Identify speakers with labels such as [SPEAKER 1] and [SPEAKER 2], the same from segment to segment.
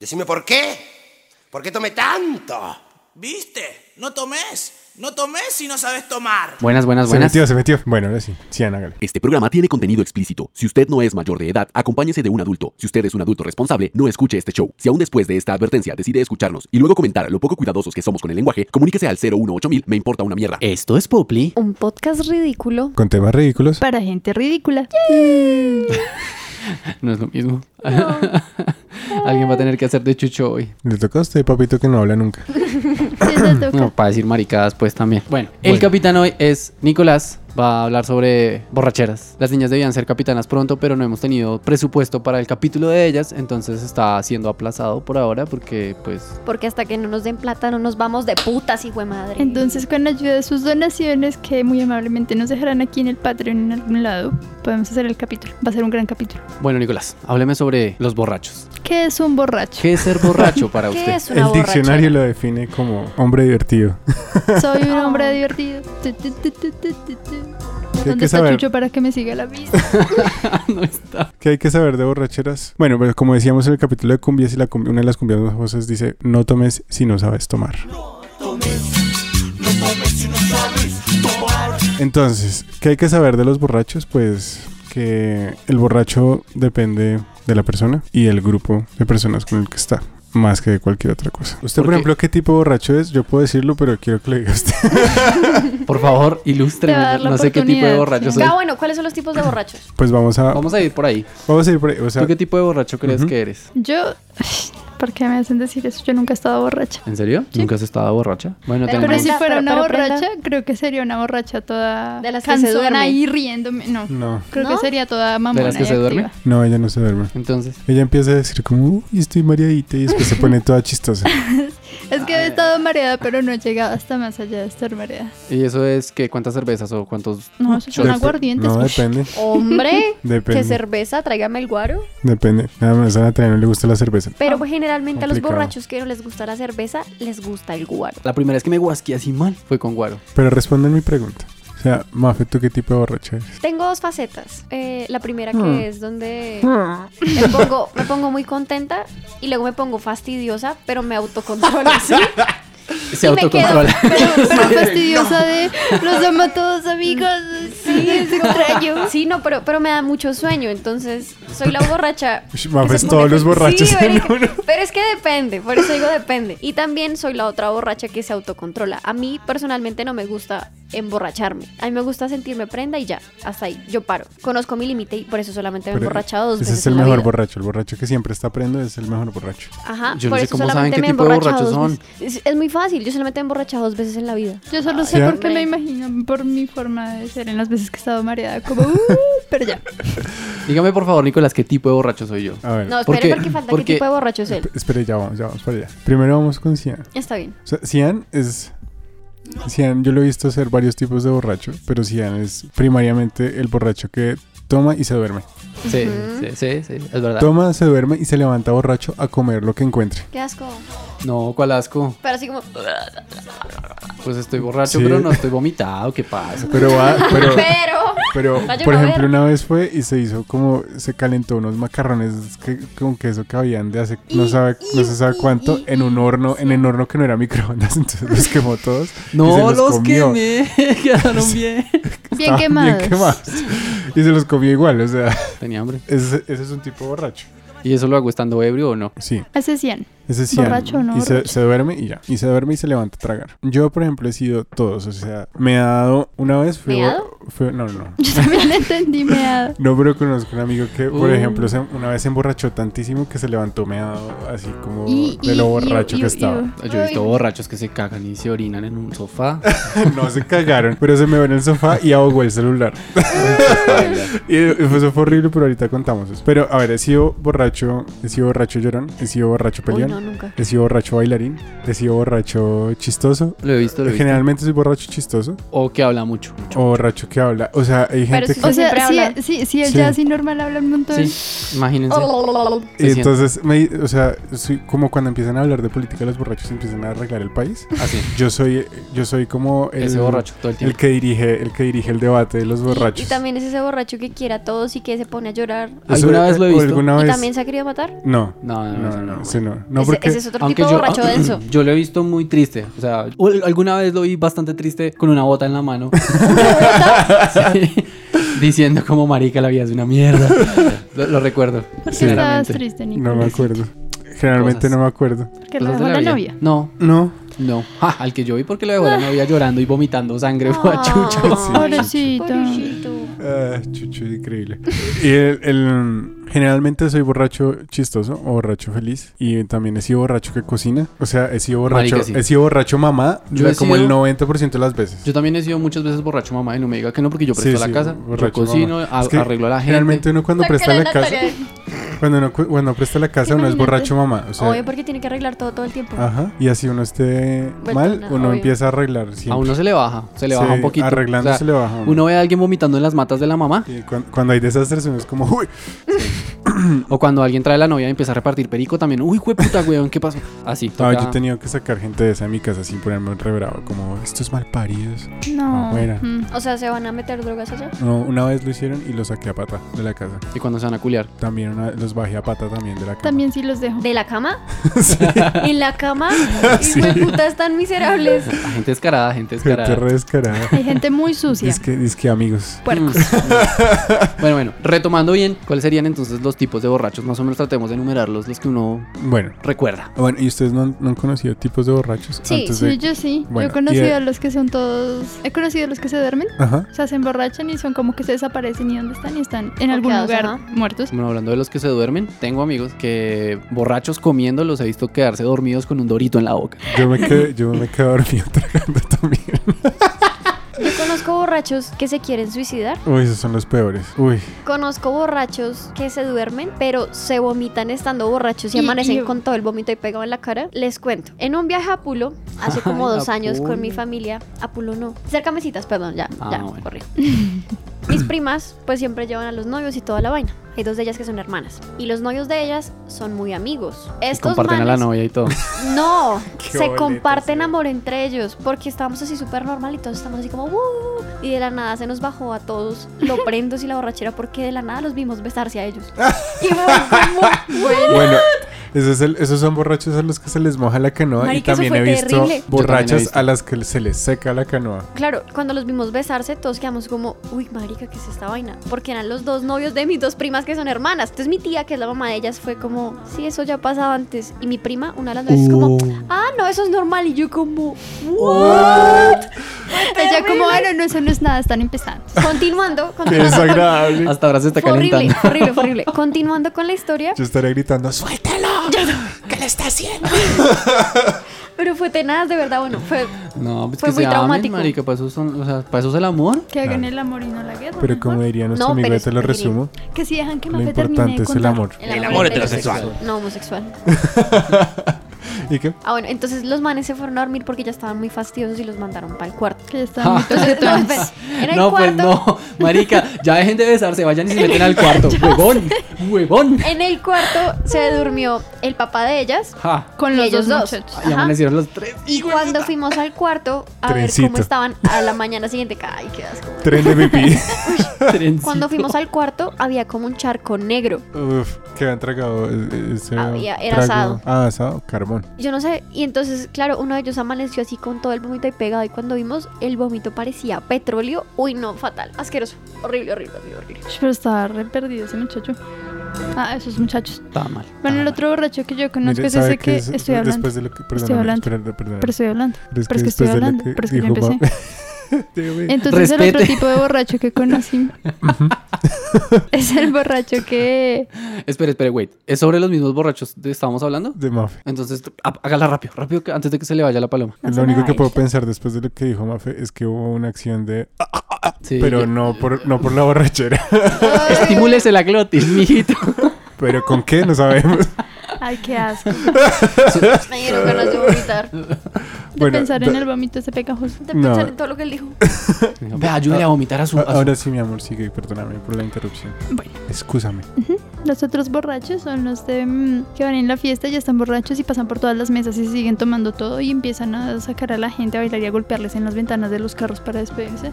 [SPEAKER 1] Decime por qué. ¿Por qué tomé tanto?
[SPEAKER 2] ¿Viste? No tomes. No tomes si no sabes tomar.
[SPEAKER 3] Buenas, buenas,
[SPEAKER 4] Se
[SPEAKER 3] buenas.
[SPEAKER 4] metió, se metió. Bueno, ahora sí. Sí, Ana, hágale.
[SPEAKER 5] Este programa tiene contenido explícito. Si usted no es mayor de edad, acompáñese de un adulto. Si usted es un adulto responsable, no escuche este show. Si aún después de esta advertencia decide escucharnos y luego comentar lo poco cuidadosos que somos con el lenguaje, comuníquese al 018000, me importa una mierda.
[SPEAKER 3] Esto es Popli.
[SPEAKER 6] Un podcast ridículo
[SPEAKER 4] Con temas ridículos.
[SPEAKER 6] para gente ridícula.
[SPEAKER 3] No es lo mismo. Alguien va a tener que hacer de chucho hoy.
[SPEAKER 4] Le toca a usted, papito, que no habla nunca.
[SPEAKER 6] Sí, te toca.
[SPEAKER 3] No, para decir maricadas, pues también. Bueno, el capitán hoy es Nicolás. Va a hablar sobre borracheras. Las niñas debían ser capitanas pronto, pero no hemos tenido presupuesto para el capítulo de ellas, entonces está siendo aplazado por ahora porque, pues,
[SPEAKER 7] Porque hasta que no nos den plata no nos vamos de putas, hijo de madre.
[SPEAKER 6] Entonces, con ayuda de sus donaciones, que muy amablemente nos dejarán aquí en el Patreon en algún lado, podemos hacer el capítulo. Va a ser un gran capítulo.
[SPEAKER 3] bueno, Nicolás, hábleme sobre los borrachos.
[SPEAKER 6] ¿Qué es un borracho?
[SPEAKER 3] ¿Qué es ser borracho para
[SPEAKER 7] ¿Qué
[SPEAKER 3] usted?
[SPEAKER 7] es una
[SPEAKER 4] El diccionario
[SPEAKER 7] borrachera?
[SPEAKER 4] lo define como hombre divertido.
[SPEAKER 6] Soy un
[SPEAKER 7] Oh.
[SPEAKER 6] hombre divertido. Tu, tu, tu, tu, tu, tu, tu.
[SPEAKER 4] ¿Qué hay
[SPEAKER 6] ¿Dónde
[SPEAKER 4] que
[SPEAKER 6] está
[SPEAKER 4] saber?
[SPEAKER 6] Chucho para que me siga la vista?
[SPEAKER 3] no está.
[SPEAKER 4] ¿Qué hay que saber de borracheras? Bueno, pero como decíamos en el capítulo de cumbias, y la cumbia- una de las cumbias más famosas dice, no tomes si no sabes tomar. Entonces, ¿qué hay que saber de los borrachos? Pues que el borracho depende de la persona y el grupo de personas con el que está. Más que de cualquier otra cosa. Usted, por
[SPEAKER 3] Porque-
[SPEAKER 4] ejemplo, ¿qué tipo de borracho es? Yo puedo decirlo, pero quiero que lo diga usted.
[SPEAKER 3] Por favor, ilústreme.
[SPEAKER 6] Te va a dar la
[SPEAKER 3] No sé qué tipo de
[SPEAKER 6] oportunidad,
[SPEAKER 3] borracho
[SPEAKER 6] sí.
[SPEAKER 3] soy.
[SPEAKER 7] Ah, bueno, ¿cuáles son los tipos de borrachos?
[SPEAKER 4] Pues vamos a... Vamos,
[SPEAKER 3] Vamos a ir por ahí.
[SPEAKER 4] a ir por ahí, O sea,
[SPEAKER 3] ¿Tú qué tipo de borracho crees que eres?
[SPEAKER 6] Yo. ¿Por qué me hacen decir eso? Yo nunca he estado borracha.
[SPEAKER 3] ¿En serio? ¿Nunca has estado borracha? Bueno,
[SPEAKER 7] Pero
[SPEAKER 6] Pero
[SPEAKER 3] tenemos...
[SPEAKER 6] si
[SPEAKER 7] prenda,
[SPEAKER 6] fuera
[SPEAKER 7] pero-
[SPEAKER 6] una
[SPEAKER 7] pero
[SPEAKER 6] borracha,
[SPEAKER 7] prenda.
[SPEAKER 6] creo que sería una borracha toda
[SPEAKER 7] De las que se
[SPEAKER 6] cansona
[SPEAKER 7] duerme.
[SPEAKER 6] ahí riéndome. No,
[SPEAKER 4] No,
[SPEAKER 6] creo que
[SPEAKER 7] ¿No?
[SPEAKER 6] sería toda mamona
[SPEAKER 3] las que
[SPEAKER 6] y
[SPEAKER 3] se duerme?
[SPEAKER 6] activa.
[SPEAKER 4] no, ella no se duerme.
[SPEAKER 3] Entonces,
[SPEAKER 4] Ella empieza a decir como, uy, estoy mareadita y después se pone toda chistosa.
[SPEAKER 6] Es
[SPEAKER 3] Ah.
[SPEAKER 6] que he estado mareada, pero no he llegado hasta más allá de estar mareada.
[SPEAKER 3] ¿y eso es que cuántas cervezas o cuántos
[SPEAKER 6] No, eso son
[SPEAKER 4] Dep-
[SPEAKER 6] aguardientes.
[SPEAKER 4] No,
[SPEAKER 6] uy.
[SPEAKER 4] depende,
[SPEAKER 7] Hombre,
[SPEAKER 4] Depende.
[SPEAKER 7] ¿qué cerveza? Tráigame el guaro.
[SPEAKER 4] depende. Nada más a Natalia no le gusta la cerveza.
[SPEAKER 7] Pero pues, generalmente a los
[SPEAKER 4] complicado.
[SPEAKER 7] borrachos que no les gusta la cerveza, les gusta el guaro.
[SPEAKER 3] La primera vez que me guasqué así mal fue con Guaro.
[SPEAKER 4] Pero respondan mi pregunta. O sea, Mafe, ¿tú qué tipo de borracha eres?
[SPEAKER 7] Tengo dos facetas. Eh, la primera que es donde me pongo, me pongo muy contenta y luego me pongo fastidiosa, pero me autocontrolo. ¿sí?
[SPEAKER 3] Se
[SPEAKER 7] Y me quedo-
[SPEAKER 3] autocontrola.
[SPEAKER 7] pero-
[SPEAKER 6] Pero fastidiosa de los amo a todos, amigos.
[SPEAKER 7] Sí, es extraño. Sí, no, pero, pero me da mucho sueño, entonces soy la borracha.
[SPEAKER 4] Ush,
[SPEAKER 7] que
[SPEAKER 4] Mafe,
[SPEAKER 7] se
[SPEAKER 4] es
[SPEAKER 7] pone
[SPEAKER 4] todos los
[SPEAKER 7] feliz.
[SPEAKER 4] borrachos
[SPEAKER 7] Sí,
[SPEAKER 4] en
[SPEAKER 7] marica,
[SPEAKER 4] uno.
[SPEAKER 7] Pero es que depende, por eso digo depende. Y también soy la otra borracha que se autocontrola. A mí personalmente no me gusta emborracharme. A mí me gusta sentirme prenda y ya, hasta ahí, yo paro. Conozco mi límite y por eso solamente me he
[SPEAKER 4] Pero
[SPEAKER 7] emborrachado dos
[SPEAKER 4] Ese
[SPEAKER 7] veces.
[SPEAKER 4] es el
[SPEAKER 7] en la
[SPEAKER 4] mejor
[SPEAKER 7] vida.
[SPEAKER 4] borracho. El borracho que siempre está prendo es el mejor borracho.
[SPEAKER 7] Ajá,
[SPEAKER 3] Yo no
[SPEAKER 7] por
[SPEAKER 3] sé
[SPEAKER 7] eso
[SPEAKER 3] cómo saben
[SPEAKER 7] solamente
[SPEAKER 3] qué
[SPEAKER 7] me he
[SPEAKER 3] tipo de
[SPEAKER 7] emborrachado
[SPEAKER 3] borrachos
[SPEAKER 7] dos veces. Es, es muy fácil, yo solamente me he emborrachado dos veces en la vida.
[SPEAKER 6] Yo solo sé
[SPEAKER 4] Ay,
[SPEAKER 6] por qué me imagino por mi forma de ser en las veces que he estado mareada. Como, "Uh", pero ya.
[SPEAKER 3] Dígame por favor, Nicolás, ¿qué tipo de borracho soy yo?
[SPEAKER 4] A ver.
[SPEAKER 7] No,
[SPEAKER 3] ¿Por
[SPEAKER 7] esperen
[SPEAKER 3] qué?
[SPEAKER 7] porque falta
[SPEAKER 3] Porque-
[SPEAKER 7] qué tipo de borracho es él.
[SPEAKER 4] esp- Espere, ya vamos, ya vamos para allá. Primero vamos con Cian.
[SPEAKER 7] Está bien.
[SPEAKER 4] O sea, Cian es... Cian, yo lo he visto ser varios tipos de borracho, pero Cian es primariamente el borracho que toma y se duerme.
[SPEAKER 3] Sí, sí, sí, sí, es verdad.
[SPEAKER 4] Toma, se duerme y se levanta borracho a comer lo que encuentre.
[SPEAKER 7] Qué asco.
[SPEAKER 3] No, cuál asco.
[SPEAKER 7] Pero así como...
[SPEAKER 3] Pues estoy borracho,
[SPEAKER 4] Sí.
[SPEAKER 3] pero no estoy vomitado. ¿Qué pasa?
[SPEAKER 4] Pero va, pero,
[SPEAKER 7] Pero...
[SPEAKER 4] pero
[SPEAKER 7] Vaya
[SPEAKER 4] por
[SPEAKER 7] a
[SPEAKER 4] ejemplo,
[SPEAKER 7] ver.
[SPEAKER 4] una vez fue y se hizo como, se calentó unos macarrones que, con queso que habían de hace, no sabe, no se sabe cuánto, en un horno, en el horno que no era microondas, entonces los quemó todos. y se
[SPEAKER 3] No, los
[SPEAKER 4] comió.
[SPEAKER 3] quemé. Quedaron bien.
[SPEAKER 6] Bien
[SPEAKER 4] Estaban
[SPEAKER 6] quemados.
[SPEAKER 4] Bien quemados. Y se los comió igual, o sea,
[SPEAKER 3] Tenía hambre.
[SPEAKER 4] ese, ese es un tipo borracho.
[SPEAKER 3] ¿Y eso lo hago estando ebrio o no?
[SPEAKER 4] Sí.
[SPEAKER 6] Ese es Cian.
[SPEAKER 4] Ese sí.
[SPEAKER 6] Borracho, ¿no?
[SPEAKER 4] Y se,
[SPEAKER 6] Borracho.
[SPEAKER 4] se duerme y ya. Y se duerme y se levanta a tragar. Yo, por ejemplo, he sido todos. O sea, me ha dado una vez. Fui,
[SPEAKER 7] ¿Meado?
[SPEAKER 4] fui- no, no, no.
[SPEAKER 6] Yo también entendí meado.
[SPEAKER 4] No, pero conozco un amigo que, por
[SPEAKER 3] Uh.
[SPEAKER 4] ejemplo, se- una vez se emborrachó tantísimo que se levantó meado así como
[SPEAKER 6] Y-
[SPEAKER 4] de lo
[SPEAKER 6] y-
[SPEAKER 4] borracho
[SPEAKER 6] y-
[SPEAKER 4] que
[SPEAKER 6] y-
[SPEAKER 4] estaba.
[SPEAKER 3] Yo he visto
[SPEAKER 6] Ay.
[SPEAKER 3] borrachos que se cagan y se orinan en un sofá.
[SPEAKER 4] no se cagaron, pero se me ve en el sofá y ahogó el celular. y eso fue horrible, pero ahorita contamos eso. Pero, a ver, he sido borracho, he sido borracho llorón, he sido borracho peleón,
[SPEAKER 7] No, nunca.
[SPEAKER 4] He sido borracho bailarín, he sido borracho chistoso.
[SPEAKER 3] Lo he visto, lo he visto.
[SPEAKER 4] Generalmente soy borracho chistoso
[SPEAKER 3] O que habla mucho.
[SPEAKER 4] o borracho que habla. O sea, hay
[SPEAKER 7] Pero
[SPEAKER 4] gente
[SPEAKER 7] si
[SPEAKER 4] que...
[SPEAKER 6] O
[SPEAKER 7] Siempre
[SPEAKER 6] sea, si,
[SPEAKER 7] hablan.
[SPEAKER 6] si, si él
[SPEAKER 4] Sí.
[SPEAKER 6] ya así normal habla un montón.
[SPEAKER 3] Sí, imagínense.
[SPEAKER 7] oh.
[SPEAKER 4] Y
[SPEAKER 3] se siente.
[SPEAKER 4] entonces, me, o sea, soy como cuando empiezan a hablar de política, los borrachos empiezan a arreglar el país.
[SPEAKER 3] Así,
[SPEAKER 4] Yo soy, yo soy como el,
[SPEAKER 3] Ah, ese borracho todo el
[SPEAKER 4] el
[SPEAKER 3] tiempo.
[SPEAKER 4] que dirige, el que dirige el debate de los borrachos.
[SPEAKER 7] Y también es ese borracho que quiere a todos y que se pone a llorar.
[SPEAKER 4] Eso-
[SPEAKER 3] ¿Alguna vez lo he
[SPEAKER 4] o
[SPEAKER 3] visto?
[SPEAKER 4] alguna
[SPEAKER 7] ¿Y
[SPEAKER 4] vez-
[SPEAKER 7] también se ha querido matar?
[SPEAKER 4] No,
[SPEAKER 3] No, no,
[SPEAKER 4] no,
[SPEAKER 3] no, no,
[SPEAKER 4] no, sí, no, no,
[SPEAKER 7] Ese-
[SPEAKER 4] porque
[SPEAKER 7] ese, es otro tipo de borracho denso.
[SPEAKER 3] yo lo he visto muy triste. O sea, o- alguna vez lo vi bastante triste con una bota en la mano. Sí, diciendo como marica la vida es una mierda. Lo, lo recuerdo.
[SPEAKER 6] ¿Por qué estabas
[SPEAKER 3] claramente.
[SPEAKER 6] triste,
[SPEAKER 4] no me
[SPEAKER 6] Nicolás?
[SPEAKER 4] acuerdo. Generalmente
[SPEAKER 3] Cosas.
[SPEAKER 4] no me acuerdo.
[SPEAKER 6] Porque lo
[SPEAKER 3] Cosas
[SPEAKER 6] dejó
[SPEAKER 3] de
[SPEAKER 6] la
[SPEAKER 3] vida.
[SPEAKER 6] novia.
[SPEAKER 3] No,
[SPEAKER 4] No,
[SPEAKER 3] no. Ja, al que yo vi porque lo dejó la novia llorando y vomitando sangre.
[SPEAKER 6] Ah.
[SPEAKER 3] fue a chucha.
[SPEAKER 6] Pobrecito.
[SPEAKER 4] Ah, chucho, increíble. Y el, el- generalmente soy borracho chistoso o borracho feliz. Y también he sido borracho que cocina. O sea, he sido borracho,
[SPEAKER 3] Marica, sí.
[SPEAKER 4] he sido borracho mamá
[SPEAKER 3] Yo
[SPEAKER 4] la-
[SPEAKER 3] he
[SPEAKER 4] como
[SPEAKER 3] sido-
[SPEAKER 4] el 90% de las veces.
[SPEAKER 3] Yo también he sido muchas veces borracho mamá y no me diga que no porque yo presto
[SPEAKER 4] Sí,
[SPEAKER 3] la
[SPEAKER 4] sí,
[SPEAKER 3] casa, yo
[SPEAKER 4] borracho
[SPEAKER 3] cocino,
[SPEAKER 4] mamá.
[SPEAKER 3] a-
[SPEAKER 4] Es que
[SPEAKER 3] arreglo a la gente.
[SPEAKER 4] Generalmente uno cuando presta la casa, cuando uno, cu- cuando presta la casa uno es
[SPEAKER 6] imagínate.
[SPEAKER 4] borracho mamá. O sea,
[SPEAKER 7] Obvio, porque tiene que arreglar todo todo el tiempo.
[SPEAKER 4] ajá. Y así uno esté
[SPEAKER 7] Vuelto
[SPEAKER 4] mal,
[SPEAKER 7] nada,
[SPEAKER 4] uno
[SPEAKER 7] obvio.
[SPEAKER 4] empieza a arreglar
[SPEAKER 3] A
[SPEAKER 4] siempre.
[SPEAKER 3] uno se le baja, se le baja
[SPEAKER 4] Sí,
[SPEAKER 3] un poquito.
[SPEAKER 4] Arreglando
[SPEAKER 3] O sea,
[SPEAKER 4] se le baja. a uno.
[SPEAKER 3] Uno ve a alguien vomitando en las matas de la mamá
[SPEAKER 4] Y cuan- cuando, hay desastres uno es como, uy,
[SPEAKER 3] o cuando alguien trae la novia y empieza a repartir perico también. Uy, puta, weón, ¿qué pasó? Así.
[SPEAKER 4] No,
[SPEAKER 3] toca-
[SPEAKER 4] Ah, yo he tenido que sacar gente de esa de mi casa sin ponerme un rebravo, como estos malparidos.
[SPEAKER 6] No.
[SPEAKER 4] Afuera.
[SPEAKER 6] Mm.
[SPEAKER 7] O sea, se van a meter drogas allá.
[SPEAKER 4] No, una vez lo hicieron y los saqué a pata de la casa.
[SPEAKER 3] Y cuando se van a culiar.
[SPEAKER 4] También una vez los bajé a pata también de la casa.
[SPEAKER 6] También sí los dejo.
[SPEAKER 7] ¿De la cama?
[SPEAKER 4] sí,
[SPEAKER 7] ¿En la cama?
[SPEAKER 4] Sí.
[SPEAKER 7] Hijo de puta, están miserables.
[SPEAKER 3] La Ah, gente descarada, gente
[SPEAKER 4] gente
[SPEAKER 3] descarada.
[SPEAKER 4] re descarada.
[SPEAKER 6] Hay gente muy sucia.
[SPEAKER 4] Es que, Mm. es que amigos.
[SPEAKER 6] Puercos.
[SPEAKER 3] Bueno, bueno, retomando bien, ¿cuáles serían entonces los tipos de borrachos? Más o menos tratemos de enumerarlos, los que uno
[SPEAKER 4] Bueno,
[SPEAKER 3] recuerda.
[SPEAKER 4] bueno, ¿y ustedes no han, no han conocido tipos de borrachos?
[SPEAKER 7] Sí,
[SPEAKER 4] antes de-
[SPEAKER 6] Sí, yo sí.
[SPEAKER 4] Bueno,
[SPEAKER 6] yo he
[SPEAKER 4] y, eh,
[SPEAKER 6] conocido a los que son todos. He conocido a los que se duermen.
[SPEAKER 4] Ajá.
[SPEAKER 6] O sea, se emborrachan y son como que se desaparecen y dónde están y están en algún
[SPEAKER 7] Bloqueados,
[SPEAKER 6] lugar
[SPEAKER 7] ajá.
[SPEAKER 6] muertos.
[SPEAKER 4] Mm.
[SPEAKER 3] Bueno, hablando de los que se duermen, tengo amigos que borrachos comiendo los he visto quedarse dormidos con un dorito en la boca.
[SPEAKER 4] Yo me quedé, yo me quedé dormido tragando también.
[SPEAKER 7] Yo conozco borrachos que se quieren suicidar.
[SPEAKER 4] Uy, esos son los peores. Uy,
[SPEAKER 7] Conozco borrachos que se duermen, pero se vomitan estando borrachos y,
[SPEAKER 6] Y-
[SPEAKER 7] amanecen
[SPEAKER 6] y-
[SPEAKER 7] con todo el vómito y pegado en la cara. Les cuento. En un viaje a Pulo, hace como
[SPEAKER 3] Ay,
[SPEAKER 7] dos
[SPEAKER 3] a
[SPEAKER 7] años
[SPEAKER 3] Pulo.
[SPEAKER 7] con mi familia, a Pulo no, cerca a Mesitas, perdón, ya,
[SPEAKER 3] Ah,
[SPEAKER 7] ya,
[SPEAKER 3] bueno.
[SPEAKER 7] corrí. Mis primas, pues siempre llevan a los novios y toda la vaina. Hay dos de ellas que son hermanas. Y los novios de ellas son muy amigos.
[SPEAKER 3] Y
[SPEAKER 7] Estos
[SPEAKER 3] comparten a la
[SPEAKER 7] manes-
[SPEAKER 3] novia y todo.
[SPEAKER 7] no,
[SPEAKER 4] Qué
[SPEAKER 7] se
[SPEAKER 4] boleta,
[SPEAKER 7] comparten
[SPEAKER 4] sí.
[SPEAKER 7] amor entre ellos porque estábamos así súper normal y todos estamos así como "Uh", y de la nada se nos bajó a todos lo prendos y la borrachera porque de la nada los vimos besarse a ellos. y fue como, bueno,
[SPEAKER 4] Bueno, ese es el- esos son borrachos a los que se les moja la canoa
[SPEAKER 7] Marica,
[SPEAKER 4] y
[SPEAKER 7] eso
[SPEAKER 4] también
[SPEAKER 7] fue
[SPEAKER 4] he visto
[SPEAKER 7] terrible. Yo también
[SPEAKER 3] he
[SPEAKER 4] borrachas
[SPEAKER 3] visto.
[SPEAKER 4] a las que se les seca la canoa.
[SPEAKER 7] claro, cuando los vimos besarse todos quedamos como, uy, marica, ¿qué es esta vaina? Porque eran los dos novios de mis dos primas que son hermanas. Entonces mi tía, que es la mamá de ellas, fue como, sí, eso ya pasaba antes. Y mi prima, una de las veces, como,
[SPEAKER 4] Uh.
[SPEAKER 7] ah, no, eso es normal. Y yo como, what?
[SPEAKER 6] Ella como, bueno, no, eso no es nada, están empezando.
[SPEAKER 7] Continuando,
[SPEAKER 4] Qué
[SPEAKER 7] continuando.
[SPEAKER 4] desagradable.
[SPEAKER 3] Hasta ahora se está
[SPEAKER 7] Fue horrible,
[SPEAKER 3] calentando.
[SPEAKER 7] fue horrible, fue horrible. Continuando con la historia,
[SPEAKER 4] Yo estaré gritando, suelta.
[SPEAKER 2] ¿Qué le está haciendo?
[SPEAKER 7] pero fue tenaz, de verdad, bueno, fue...
[SPEAKER 3] No, pues
[SPEAKER 7] Fue
[SPEAKER 3] que
[SPEAKER 7] muy
[SPEAKER 3] se amen,
[SPEAKER 7] traumático.
[SPEAKER 3] marica, para eso, son- o sea, para eso es el amor.
[SPEAKER 6] Que hagan el amor y no la guerra.
[SPEAKER 4] Pero
[SPEAKER 6] mejor.
[SPEAKER 4] como diría nuestro
[SPEAKER 7] No,
[SPEAKER 4] amigo,
[SPEAKER 7] pero
[SPEAKER 4] ya te lo
[SPEAKER 7] es terrible.
[SPEAKER 4] resumo.
[SPEAKER 6] Que si dejan que
[SPEAKER 4] Lo
[SPEAKER 6] Mafe termine
[SPEAKER 4] importante
[SPEAKER 6] de
[SPEAKER 4] es el
[SPEAKER 6] contar.
[SPEAKER 4] amor.
[SPEAKER 1] El amor heterosexual.
[SPEAKER 7] No homosexual.
[SPEAKER 4] ¿Y qué?
[SPEAKER 7] Ah, bueno, entonces los manes se fueron a dormir porque ya estaban muy fastidiosos y los mandaron para el cuarto.
[SPEAKER 6] Que ya están muy
[SPEAKER 7] No,
[SPEAKER 6] toquetones.
[SPEAKER 7] espera, Pues, en el
[SPEAKER 3] no,
[SPEAKER 7] cuarto...
[SPEAKER 3] pues no, marica, ya dejen de besarse, vayan y se meten al cuarto. huevón, huevón.
[SPEAKER 7] En el cuarto se durmió el papá de ellas
[SPEAKER 3] Ja.
[SPEAKER 6] Con
[SPEAKER 7] y
[SPEAKER 6] los
[SPEAKER 7] ellos
[SPEAKER 6] dos
[SPEAKER 7] dos.
[SPEAKER 6] muchachos.
[SPEAKER 3] Y
[SPEAKER 7] Ajá.
[SPEAKER 3] amanecieron los tres.
[SPEAKER 7] Y cuando fuimos al cuarto a ver
[SPEAKER 4] Trencito.
[SPEAKER 7] cómo estaban a la mañana siguiente, ay, qué asco.
[SPEAKER 4] Tren de pipí.
[SPEAKER 3] trencitos.
[SPEAKER 7] Cuando fuimos al cuarto había como un charco negro.
[SPEAKER 4] Uf, que han tragado eh, ese
[SPEAKER 7] Había- era
[SPEAKER 4] trago.
[SPEAKER 7] asado.
[SPEAKER 4] Ah, asado, carbón.
[SPEAKER 7] Yo no sé, y entonces, claro, uno de ellos amaneció así con todo el vómito ahí pegado y cuando vimos el vómito parecía petróleo. Uy, no, fatal, asqueroso, horrible, horrible, horrible, horrible.
[SPEAKER 6] Ush, Pero estaba re perdido ese muchacho. Ah, esos muchachos.
[SPEAKER 3] Está mal.
[SPEAKER 6] Bueno, el
[SPEAKER 3] está
[SPEAKER 6] otro borracho que yo conozco
[SPEAKER 4] Ah. Mire,
[SPEAKER 6] es
[SPEAKER 4] ¿sabe
[SPEAKER 6] ese
[SPEAKER 4] qué
[SPEAKER 6] que
[SPEAKER 4] es-
[SPEAKER 6] estoy hablando.
[SPEAKER 4] Después de lo que, perdóname,
[SPEAKER 6] hablando.
[SPEAKER 4] espera, perdóname.
[SPEAKER 6] Pero estoy hablando.
[SPEAKER 4] Pero es
[SPEAKER 6] pero es
[SPEAKER 4] que
[SPEAKER 6] que estoy
[SPEAKER 4] después de lo
[SPEAKER 6] hablando,
[SPEAKER 4] que
[SPEAKER 6] pero es que yo
[SPEAKER 4] dijo
[SPEAKER 6] empecé.
[SPEAKER 4] Pau- Dios mío.
[SPEAKER 6] Entonces el
[SPEAKER 3] Respete.
[SPEAKER 6] otro tipo de borracho que conocí es el borracho que...
[SPEAKER 3] mal. Espera, espera, wait. ¿Es sobre los mismos borrachos de estábamos hablando?
[SPEAKER 4] de Mafe.
[SPEAKER 3] Entonces, a- hágala rápido, rápido, que- antes de que se le vaya la paloma.
[SPEAKER 6] No
[SPEAKER 4] lo
[SPEAKER 6] se me
[SPEAKER 4] único que
[SPEAKER 6] vaya.
[SPEAKER 4] puedo pensar después de lo que dijo Mafe es que hubo una acción de...
[SPEAKER 3] Sí,
[SPEAKER 4] pero
[SPEAKER 3] yo-
[SPEAKER 4] no por, no por la borrachera.
[SPEAKER 3] Estimúlese la glotis, mijito.
[SPEAKER 4] pero con qué, no sabemos.
[SPEAKER 6] Ay, qué asco.
[SPEAKER 7] Me dieron ganas de vomitar. De
[SPEAKER 6] De
[SPEAKER 4] Bueno,
[SPEAKER 6] pensar
[SPEAKER 4] da-
[SPEAKER 6] en el vómito ese pegajoso.
[SPEAKER 4] No.
[SPEAKER 7] pensar en todo lo que él dijo.
[SPEAKER 3] Ve, ayúdale a vomitar a su.
[SPEAKER 4] A-
[SPEAKER 3] a su-
[SPEAKER 4] Ahora sí, mi amor, sigue, perdóname por la interrupción.
[SPEAKER 6] Bueno.
[SPEAKER 4] Excúsame.
[SPEAKER 6] Los otros borrachos son los de mm, que van en la fiesta, ya están borrachos y pasan por todas las mesas y se siguen tomando todo y empiezan a sacar a la gente a bailar y a golpearles en las ventanas de los carros para despedirse.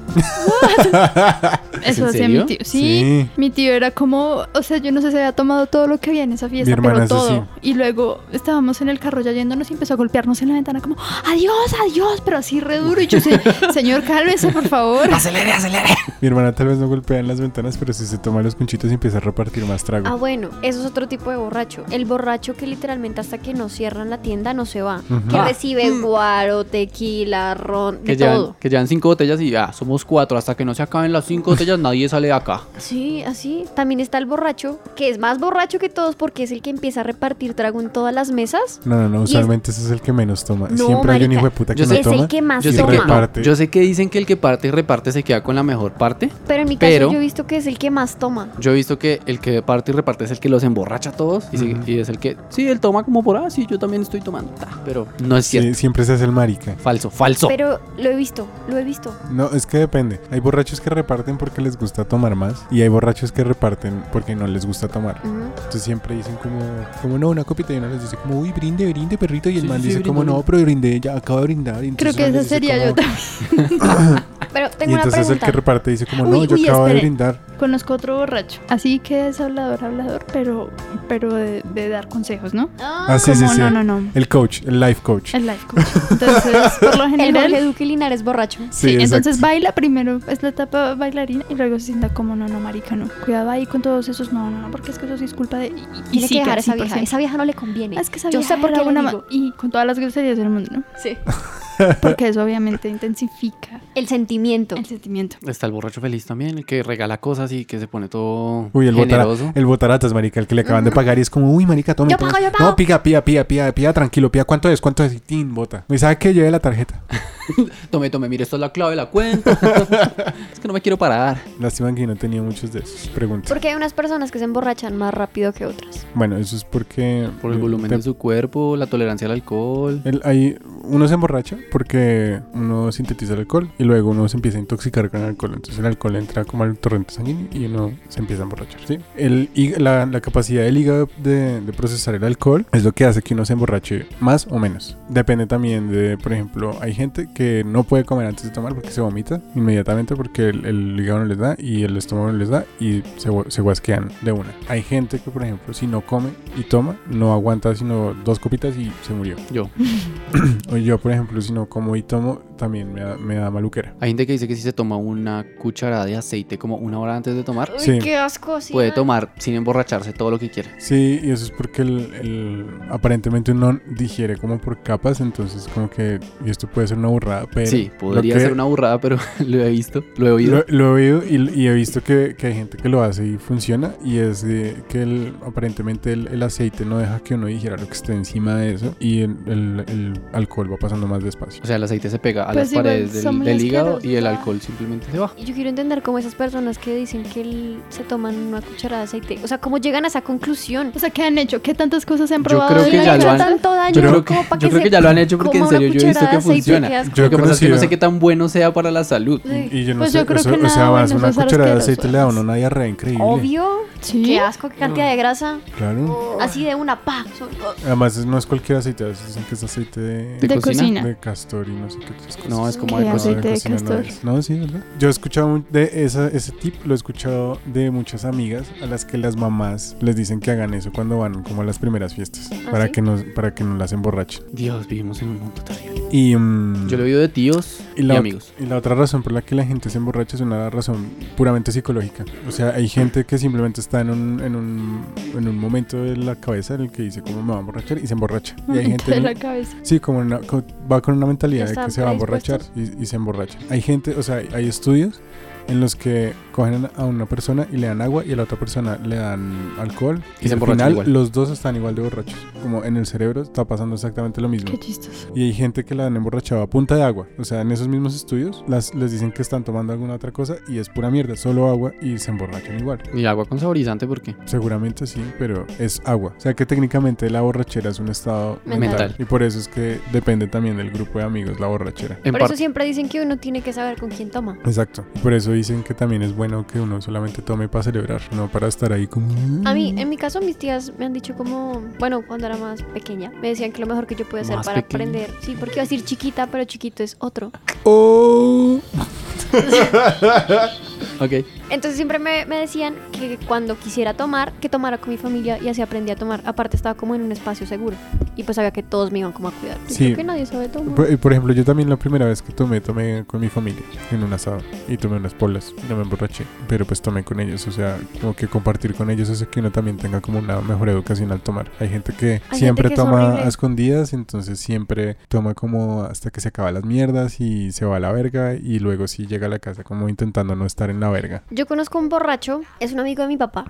[SPEAKER 3] ¿Es
[SPEAKER 6] Eso
[SPEAKER 3] en
[SPEAKER 6] hacía
[SPEAKER 3] serio?
[SPEAKER 6] mi tío. Sí,
[SPEAKER 4] Sí.
[SPEAKER 6] mi tío era como, o sea, yo no sé si había tomado todo lo que había en esa fiesta,
[SPEAKER 4] hermana
[SPEAKER 6] pero
[SPEAKER 4] es así.
[SPEAKER 6] todo. Y luego estábamos en el carro ya yéndonos y empezó a golpearnos en la ventana como, adiós, adiós, pero así re duro. Y yo, "Se- señor, cálmese, por favor.
[SPEAKER 3] Ah,
[SPEAKER 2] Acelere, acelere.
[SPEAKER 4] Mi hermana tal vez no golpea en las ventanas, pero si se toma los conchitos y empieza a repartir más trago.
[SPEAKER 7] Ah, bueno, eso es otro tipo de borracho. El borracho que literalmente hasta que no cierran la tienda no se va. Que
[SPEAKER 3] Ah.
[SPEAKER 7] recibe guaro, tequila, ron,
[SPEAKER 3] que,
[SPEAKER 7] de
[SPEAKER 3] llevan,
[SPEAKER 7] todo.
[SPEAKER 3] que llevan cinco botellas y ya, somos cuatro. Hasta que no se acaben las cinco botellas, nadie sale de acá.
[SPEAKER 7] Sí, así. También está el borracho, que es más borracho que todos porque es el que empieza a repartir trago en todas las mesas.
[SPEAKER 4] No, no, no,
[SPEAKER 7] Y es-
[SPEAKER 4] usualmente ese es el que menos toma.
[SPEAKER 7] No,
[SPEAKER 4] Siempre hay un
[SPEAKER 7] marica,
[SPEAKER 4] hijo de puta que
[SPEAKER 3] yo sé-
[SPEAKER 4] no
[SPEAKER 7] es el
[SPEAKER 4] toma.
[SPEAKER 7] que más
[SPEAKER 3] Yo
[SPEAKER 4] y
[SPEAKER 3] sé, que,
[SPEAKER 7] toma.
[SPEAKER 4] reparte.
[SPEAKER 3] no, yo sé que dicen que el que parte y reparte se queda con la mejor parte.
[SPEAKER 7] Pero en mi caso
[SPEAKER 3] Pero-
[SPEAKER 7] yo he visto que es el que más toma.
[SPEAKER 3] Yo he visto que el que parte y reparte es el que los emborracha a todos y, sigue- y es el que, sí, él toma como por, ah, sí, yo también estoy tomando. ta, pero no es
[SPEAKER 4] Sí,
[SPEAKER 3] cierto.
[SPEAKER 4] siempre se hace el marica.
[SPEAKER 3] Falso, falso.
[SPEAKER 7] Pero lo he visto, lo he visto.
[SPEAKER 4] No, es que depende. Hay borrachos que reparten porque les gusta tomar más y hay borrachos que reparten porque no les gusta tomar.
[SPEAKER 7] Ujú.
[SPEAKER 4] Entonces siempre dicen como, como no, una copita y uno les dice como, uy, brinde, brinde, perrito. Y el
[SPEAKER 3] Sí,
[SPEAKER 4] man
[SPEAKER 3] sí,
[SPEAKER 4] dice
[SPEAKER 3] brinde,
[SPEAKER 4] como, no,
[SPEAKER 3] brinde.
[SPEAKER 4] pero brindé, ya acabo de brindar. Y
[SPEAKER 6] Creo
[SPEAKER 4] entonces
[SPEAKER 6] que
[SPEAKER 4] uno
[SPEAKER 6] esa
[SPEAKER 4] les dice
[SPEAKER 6] sería
[SPEAKER 4] como-
[SPEAKER 6] yo también.
[SPEAKER 7] Pero tengo
[SPEAKER 4] Y
[SPEAKER 7] una
[SPEAKER 4] entonces el
[SPEAKER 7] pregunta.
[SPEAKER 4] que reparte dice como, no,
[SPEAKER 6] Uy,
[SPEAKER 4] yo
[SPEAKER 6] uy,
[SPEAKER 4] acabo de
[SPEAKER 6] espere.
[SPEAKER 4] brindar.
[SPEAKER 6] Conozco otro borracho, así que es hablador, hablador, pero, pero de, de dar consejos, ¿no?
[SPEAKER 7] Ah,
[SPEAKER 4] Ah, sí, sí,
[SPEAKER 6] Como,
[SPEAKER 4] sí.
[SPEAKER 6] no, no, no.
[SPEAKER 4] El coach, el life coach.
[SPEAKER 6] El life coach. Entonces, por lo
[SPEAKER 7] el
[SPEAKER 6] general,
[SPEAKER 7] Jorge Duque Linares borracho.
[SPEAKER 6] Sí, entonces
[SPEAKER 4] exacto.
[SPEAKER 6] baila primero, es la etapa bailarina y luego se sienta como, no, no, marica, no. Cuidado ahí con todos esos, no, no, no, porque es que eso sí es culpa de... Y, y
[SPEAKER 7] Tiene
[SPEAKER 6] sí,
[SPEAKER 7] que dejar a
[SPEAKER 6] casi
[SPEAKER 7] esa vieja.
[SPEAKER 6] 100%.
[SPEAKER 7] Esa vieja no le conviene.
[SPEAKER 6] Ah, Es que esa
[SPEAKER 7] yo
[SPEAKER 6] vieja
[SPEAKER 7] sé por
[SPEAKER 6] era
[SPEAKER 7] qué
[SPEAKER 6] una
[SPEAKER 7] le
[SPEAKER 6] ma-
[SPEAKER 7] digo.
[SPEAKER 6] Y con todas las groserías del mundo, ¿no?
[SPEAKER 7] Sí.
[SPEAKER 6] Porque eso obviamente intensifica
[SPEAKER 7] El sentimiento.
[SPEAKER 6] el sentimiento.
[SPEAKER 3] Está el borracho feliz también, el que regala cosas y que se pone todo
[SPEAKER 4] Uy, el, botara-
[SPEAKER 3] generoso.
[SPEAKER 4] el botaratas, marica, el que le acaban de pagar y es como, uy, marica, tome.
[SPEAKER 7] Yo pago,
[SPEAKER 4] tome".
[SPEAKER 7] yo pago.
[SPEAKER 4] No, piga, pía, pía, pía, pía, tranquilo, pía, ¿cuánto es? ¿Cuánto es? Y tin, bota. Me sabe que lleve la tarjeta.
[SPEAKER 3] Tome, tome, mire, esta es la clave de la cuenta. es que no me quiero parar.
[SPEAKER 4] Lástima que yo no tenía muchos de esos. Pregunta.
[SPEAKER 7] Porque hay unas personas que se emborrachan más rápido que otras.
[SPEAKER 4] Bueno, eso es porque.
[SPEAKER 3] Por el volumen
[SPEAKER 4] te-
[SPEAKER 3] de su cuerpo, la tolerancia al alcohol.
[SPEAKER 4] el- ahí uno se emborracha porque uno sintetiza el alcohol y luego uno se empieza a intoxicar con el alcohol. Entonces el alcohol entra como al torrente sanguíneo y uno se empieza a emborrachar. ¿sí? El, hí- la, la capacidad del hígado de, de procesar el alcohol es lo que hace que uno se emborrache más o menos. Depende también de, por ejemplo, hay gente que no puede comer antes de tomar porque se vomita inmediatamente porque el, el hígado no les da y el estómago no les da y se, gu- se guasquean de una. Hay gente que, por ejemplo, si no come y toma, no aguanta sino dos copitas y se murió.
[SPEAKER 3] Yo.
[SPEAKER 4] O yo, por ejemplo, si no como y tomo, también me da, me da maluquera.
[SPEAKER 3] Hay gente que dice que si se toma una cucharada de aceite como una hora antes de tomar,
[SPEAKER 7] Uy,
[SPEAKER 4] Sí.
[SPEAKER 7] qué asco. sí,
[SPEAKER 3] puede
[SPEAKER 7] man.
[SPEAKER 3] tomar sin emborracharse todo lo que quiera.
[SPEAKER 4] Sí, y eso es porque el, el- aparentemente uno digiere como por capas, entonces como que, y esto puede ser una burrada, pero...
[SPEAKER 3] Sí,
[SPEAKER 4] Eh, lo
[SPEAKER 3] podría
[SPEAKER 4] que-
[SPEAKER 3] ser una burrada, pero lo he visto, lo he oído.
[SPEAKER 4] Lo, lo he oído y, y he visto que, que hay gente que lo hace y funciona, y es de que el, aparentemente el, el aceite no deja que uno digiera lo que esté encima de eso, y el, el- el alcohol va pasando más despacio.
[SPEAKER 3] O sea, el aceite se pega a
[SPEAKER 6] Pues
[SPEAKER 3] las
[SPEAKER 6] igual
[SPEAKER 3] paredes del,
[SPEAKER 6] somos
[SPEAKER 3] del hígado y el
[SPEAKER 6] asquerosos.
[SPEAKER 3] alcohol simplemente se baja.
[SPEAKER 7] Y Yo quiero entender cómo esas personas que dicen que el- se toman una cucharada de aceite, o sea, cómo llegan a esa conclusión.
[SPEAKER 6] O sea, ¿qué han hecho? ¿Qué tantas cosas han
[SPEAKER 3] Yo
[SPEAKER 6] probado?
[SPEAKER 3] creo
[SPEAKER 6] de
[SPEAKER 3] que
[SPEAKER 6] la
[SPEAKER 3] ya lo
[SPEAKER 6] vida?
[SPEAKER 7] hecho
[SPEAKER 3] han-
[SPEAKER 7] tanto daño
[SPEAKER 3] Yo creo que,
[SPEAKER 7] como pa'
[SPEAKER 3] yo
[SPEAKER 7] que
[SPEAKER 3] creo
[SPEAKER 7] se
[SPEAKER 3] que ya lo han hecho porque en
[SPEAKER 7] coma una
[SPEAKER 3] serio yo he visto
[SPEAKER 7] cucharada
[SPEAKER 3] que
[SPEAKER 7] de aceite,
[SPEAKER 3] funciona.
[SPEAKER 7] qué asco.
[SPEAKER 4] Yo
[SPEAKER 3] lo que pasa es que no
[SPEAKER 4] conocía-
[SPEAKER 3] sé qué tan bueno sea para la salud.
[SPEAKER 7] Sí.
[SPEAKER 4] Y yo no
[SPEAKER 6] Pues
[SPEAKER 4] sé,
[SPEAKER 6] yo creo
[SPEAKER 4] eso-
[SPEAKER 6] que
[SPEAKER 4] o sea,
[SPEAKER 6] nada
[SPEAKER 4] vas
[SPEAKER 6] bueno,
[SPEAKER 4] una
[SPEAKER 6] eso es
[SPEAKER 4] cucharada de
[SPEAKER 6] asqueroso. pues.
[SPEAKER 4] aceite le da a uno una diarrea increíble.
[SPEAKER 7] Obvio.
[SPEAKER 6] Sí.
[SPEAKER 7] Qué asco, qué cantidad de grasa.
[SPEAKER 4] Claro.
[SPEAKER 7] Así de una pa. so-
[SPEAKER 4] Además, es- no es cualquier aceite, a veces dicen que es aceite
[SPEAKER 3] ¿De
[SPEAKER 4] de,
[SPEAKER 6] De
[SPEAKER 3] cocina?
[SPEAKER 6] cocina.
[SPEAKER 4] de castor y no sé qué otras cosas.
[SPEAKER 3] No, es como
[SPEAKER 6] ¿Qué
[SPEAKER 3] de
[SPEAKER 4] No,
[SPEAKER 3] cocina.
[SPEAKER 6] aceite de
[SPEAKER 4] cocina no
[SPEAKER 6] castor?
[SPEAKER 4] es. No, sí, ¿verdad? Yo he escuchado un- de esa- ese tip, lo he escuchado de muchas amigas a las que las mamás les dicen que hagan eso cuando van como a las primeras fiestas,
[SPEAKER 6] ¿Ah,
[SPEAKER 4] para,
[SPEAKER 7] sí?
[SPEAKER 4] que no, para que no las emborrachen.
[SPEAKER 3] Dios, vivimos en un mundo terrible.
[SPEAKER 4] Y, mm,
[SPEAKER 3] Yo lo he oído de tíos y,
[SPEAKER 4] la ot-
[SPEAKER 3] amigos.
[SPEAKER 4] y la otra razón por la que la gente se emborracha es una razón puramente psicológica. O sea, hay gente que simplemente está en un, en un, en un momento de la cabeza en el que dice, ¿cómo me va a emborrachar? Y se emborracha. Y hay gente
[SPEAKER 6] de
[SPEAKER 4] en-
[SPEAKER 6] la cabeza.
[SPEAKER 4] Sí, como una- co- va con una mentalidad de
[SPEAKER 7] ¿Están
[SPEAKER 4] que se va a emborrachar y, y se emborracha. Hay gente, o sea, hay estudios en los que cogen a una persona y le dan agua y a la otra persona le dan alcohol.
[SPEAKER 3] Y se
[SPEAKER 4] al
[SPEAKER 3] emborrachan
[SPEAKER 4] final
[SPEAKER 3] igual.
[SPEAKER 4] los dos están igual de borrachos. Como en el cerebro está pasando exactamente lo mismo.
[SPEAKER 6] Qué chistoso.
[SPEAKER 4] Y hay gente que la han emborrachado a punta de agua. O sea, en esos mismos estudios las, les dicen que están tomando alguna otra cosa y es pura mierda, solo agua y se emborrachan igual.
[SPEAKER 3] Y agua con saborizante porque
[SPEAKER 4] Seguramente sí, pero es agua. O sea que técnicamente la borrachera es un estado
[SPEAKER 7] Mental.
[SPEAKER 4] mental.
[SPEAKER 3] Mental.
[SPEAKER 4] Y por eso es que depende también del grupo de amigos la borrachera.
[SPEAKER 3] en
[SPEAKER 7] Por eso
[SPEAKER 3] parte-
[SPEAKER 7] siempre dicen que uno tiene que saber con quién toma.
[SPEAKER 4] Exacto. Y por eso dicen que también es bueno que uno solamente tome para celebrar, no para estar ahí como...
[SPEAKER 7] A mí, en mi caso, mis tías me han dicho como, bueno, cuando era más pequeña, me decían que lo mejor que yo pude hacer
[SPEAKER 3] Más
[SPEAKER 7] para
[SPEAKER 3] pequeña.
[SPEAKER 7] aprender, sí, porque iba a decir chiquita, pero chiquito es otro.
[SPEAKER 3] Ok.
[SPEAKER 7] Entonces siempre me, me decían que cuando quisiera tomar, que tomara con mi familia y así aprendí a tomar. Aparte estaba como en un espacio seguro y pues sabía que todos me iban como a cuidar. Yo
[SPEAKER 4] Sí.
[SPEAKER 7] creo que nadie sabe tomar.
[SPEAKER 4] Por, por ejemplo, yo también la primera vez que tomé, tomé con mi familia en un asado y tomé unas polas. No me emborraché, pero pues tomé con ellos. O sea, como que compartir con ellos hace que uno también tenga como una mejor educación al tomar. Hay gente que
[SPEAKER 7] Hay
[SPEAKER 4] siempre
[SPEAKER 7] gente que es
[SPEAKER 4] toma
[SPEAKER 7] horrible.
[SPEAKER 4] a escondidas, entonces siempre toma como hasta que se acaban las mierdas y se va a la verga y luego sí llega a la casa como intentando no estar en la verga.
[SPEAKER 7] Yo conozco un borracho, es un amigo de mi papá.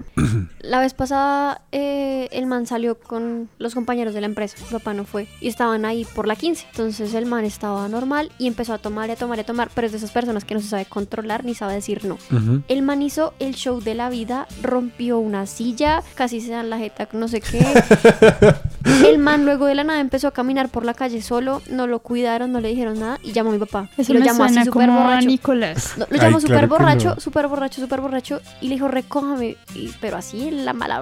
[SPEAKER 7] La vez pasada eh, el man salió con los compañeros de la empresa, mi papá no fue, y estaban ahí por la 15. Entonces el man estaba normal y empezó a tomar y a tomar y a tomar, pero es de esas personas que no se sabe controlar ni sabe decir no. El man hizo el show de la vida, rompió una silla, casi se dan la jeta, no sé qué. El man luego de la nada empezó a caminar por la calle solo, no lo cuidaron, no le dijeron nada y llamó a mi papá.
[SPEAKER 6] Eso
[SPEAKER 7] lo
[SPEAKER 6] me
[SPEAKER 7] llamó
[SPEAKER 6] suena
[SPEAKER 7] así súper
[SPEAKER 6] como a
[SPEAKER 7] borracho.
[SPEAKER 6] Nicolás.
[SPEAKER 7] No, lo
[SPEAKER 4] Ay, claro
[SPEAKER 7] llamó súper
[SPEAKER 4] que
[SPEAKER 7] borracho,
[SPEAKER 4] no.
[SPEAKER 7] súper borracho, súper borracho. Y le dijo, recójame. Y- pero así, en la mala.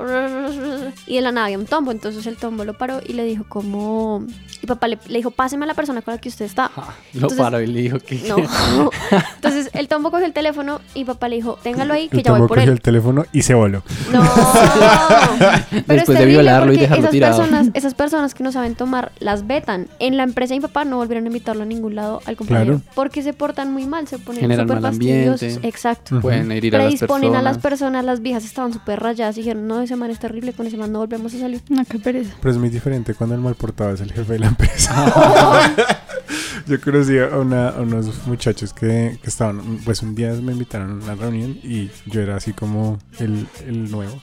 [SPEAKER 7] Y de la nada había un tombo. Entonces el tombo lo paró y le dijo, como. Y papá le, le dijo, páseme a la persona con la que usted está.
[SPEAKER 3] Ah, lo
[SPEAKER 7] Entonces-
[SPEAKER 3] paro y le dijo que.
[SPEAKER 7] No. Entonces el tombo cogió el teléfono y papá le dijo, téngalo ahí que
[SPEAKER 4] El
[SPEAKER 7] ya voy
[SPEAKER 4] tombo
[SPEAKER 7] por
[SPEAKER 4] cogió
[SPEAKER 7] él.
[SPEAKER 4] el teléfono y se voló.
[SPEAKER 7] No. Pero
[SPEAKER 3] Después
[SPEAKER 7] es
[SPEAKER 3] de
[SPEAKER 7] terrible
[SPEAKER 3] violarlo y
[SPEAKER 7] porque
[SPEAKER 3] dejarlo
[SPEAKER 7] esas
[SPEAKER 3] tirado.
[SPEAKER 7] Personas, esas personas que no saben tomar las vetan. En la empresa de mi papá no volvieron a invitarlo a ningún lado al compañero.
[SPEAKER 4] Claro.
[SPEAKER 7] Porque se portan muy mal, se ponen
[SPEAKER 3] Generan
[SPEAKER 7] súper
[SPEAKER 3] mal ambiente.
[SPEAKER 7] fastidiosos. Exacto.
[SPEAKER 3] Pueden herir a las
[SPEAKER 7] Predisponen a las
[SPEAKER 3] personas.
[SPEAKER 7] personas, las viejas estaban súper rayadas y dijeron, no, ese man es terrible, con ese man no volvemos a salir.
[SPEAKER 6] No, qué pereza.
[SPEAKER 4] Pero es muy diferente cuando el mal portado es el jefe de la empresa. Yo conocía a, una- a unos muchachos que, que estaban, pues un día me invitaron a una reunión y yo era así como el, el nuevo.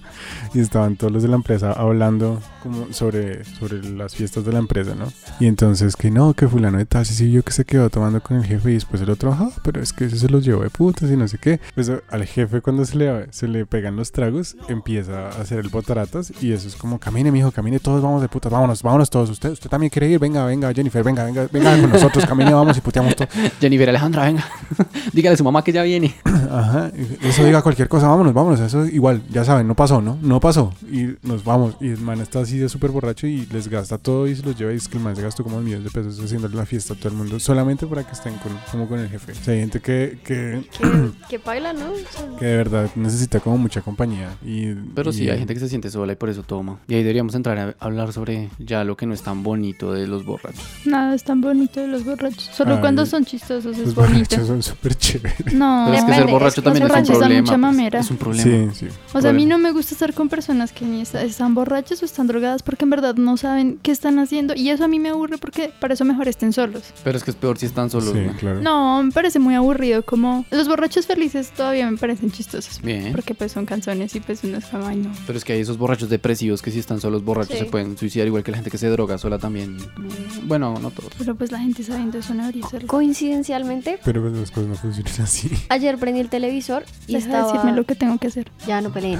[SPEAKER 4] y estaban todos los de la empresa hablando como sobre, sobre las fiestas de la empresa, ¿no? Y entonces que no, que fulano de tal, sí, sí, yo que se quedó tomando con el jefe y después el otro, ah, pero es que ese se los llevó de putas y no sé qué. Pues a- al jefe cuando se le, se le pegan los tragos empieza a hacer el botaratas y eso es como, camine mijo, camine, todos vamos de putas, vámonos, vámonos todos, usted, usted también quiere ir, venga, venga, Jennifer, venga, venga, venga con nosotros, camine, vamos y puteamos todo.
[SPEAKER 3] Jennifer Alejandra, venga. Dígale a su mamá que ya viene.
[SPEAKER 4] Ajá, eso diga cualquier cosa, vámonos, vámonos, eso igual, ya saben, no pasó, ¿no? No pasó. Y nos vamos. Y el man está así de súper borracho y les gasta todo y se los lleva y es que el man se gastó como millones de pesos haciéndole la fiesta a todo el mundo, solamente para que estén con, como con el jefe. O sea, hay gente que, que,
[SPEAKER 7] Que, que baila, ¿no?
[SPEAKER 4] que de verdad necesita como mucha compañía. Y,
[SPEAKER 3] Pero sí,
[SPEAKER 4] y-
[SPEAKER 3] hay gente que se siente sola y por eso toma. Y ahí deberíamos entrar a hablar sobre ya lo que no es tan bonito de los borrachos.
[SPEAKER 6] Nada, es tan bonito de los borrachos. Solo
[SPEAKER 4] Ay,
[SPEAKER 3] Ah,
[SPEAKER 6] cuando son chistosos es
[SPEAKER 4] Los
[SPEAKER 6] bonito.
[SPEAKER 4] borrachos son súper chéveres.
[SPEAKER 6] No,
[SPEAKER 3] Pero es que
[SPEAKER 7] Depende,
[SPEAKER 3] ser
[SPEAKER 7] es
[SPEAKER 3] borracho
[SPEAKER 7] que
[SPEAKER 3] también es un
[SPEAKER 7] ser borracho
[SPEAKER 6] es da
[SPEAKER 3] problema.
[SPEAKER 6] mucha
[SPEAKER 3] pues,
[SPEAKER 6] mamera.
[SPEAKER 3] Es un problema.
[SPEAKER 4] Sí, sí.
[SPEAKER 6] O sea, a mí
[SPEAKER 3] Problema.
[SPEAKER 6] no me gusta estar con personas que ni está- están borrachas o están drogadas porque en verdad no saben qué están haciendo. Y eso a mí me aburre porque para eso mejor estén solos.
[SPEAKER 3] Pero es que es peor si están solos.
[SPEAKER 4] Sí,
[SPEAKER 3] ¿no?
[SPEAKER 4] claro.
[SPEAKER 6] No, me parece muy aburrido. Como los borrachos felices todavía me parecen chistosos.
[SPEAKER 3] Bien.
[SPEAKER 6] Porque pues son canciones y pues uno es como, ay, no.
[SPEAKER 3] Pero es que hay esos borrachos depresivos que si están solos borrachos
[SPEAKER 7] Sí.
[SPEAKER 3] se pueden suicidar igual que la gente que se droga sola también.
[SPEAKER 6] Mm.
[SPEAKER 3] Bueno, no todos.
[SPEAKER 6] Pero pues la gente sabiendo eso no debería ser.
[SPEAKER 7] Coincidencialmente,
[SPEAKER 4] Pero pues las cosas no funcionan así.
[SPEAKER 7] ayer prendí el televisor y
[SPEAKER 6] Deja
[SPEAKER 7] estaba...
[SPEAKER 6] de decirme lo que tengo que hacer.
[SPEAKER 7] Ya no peleen.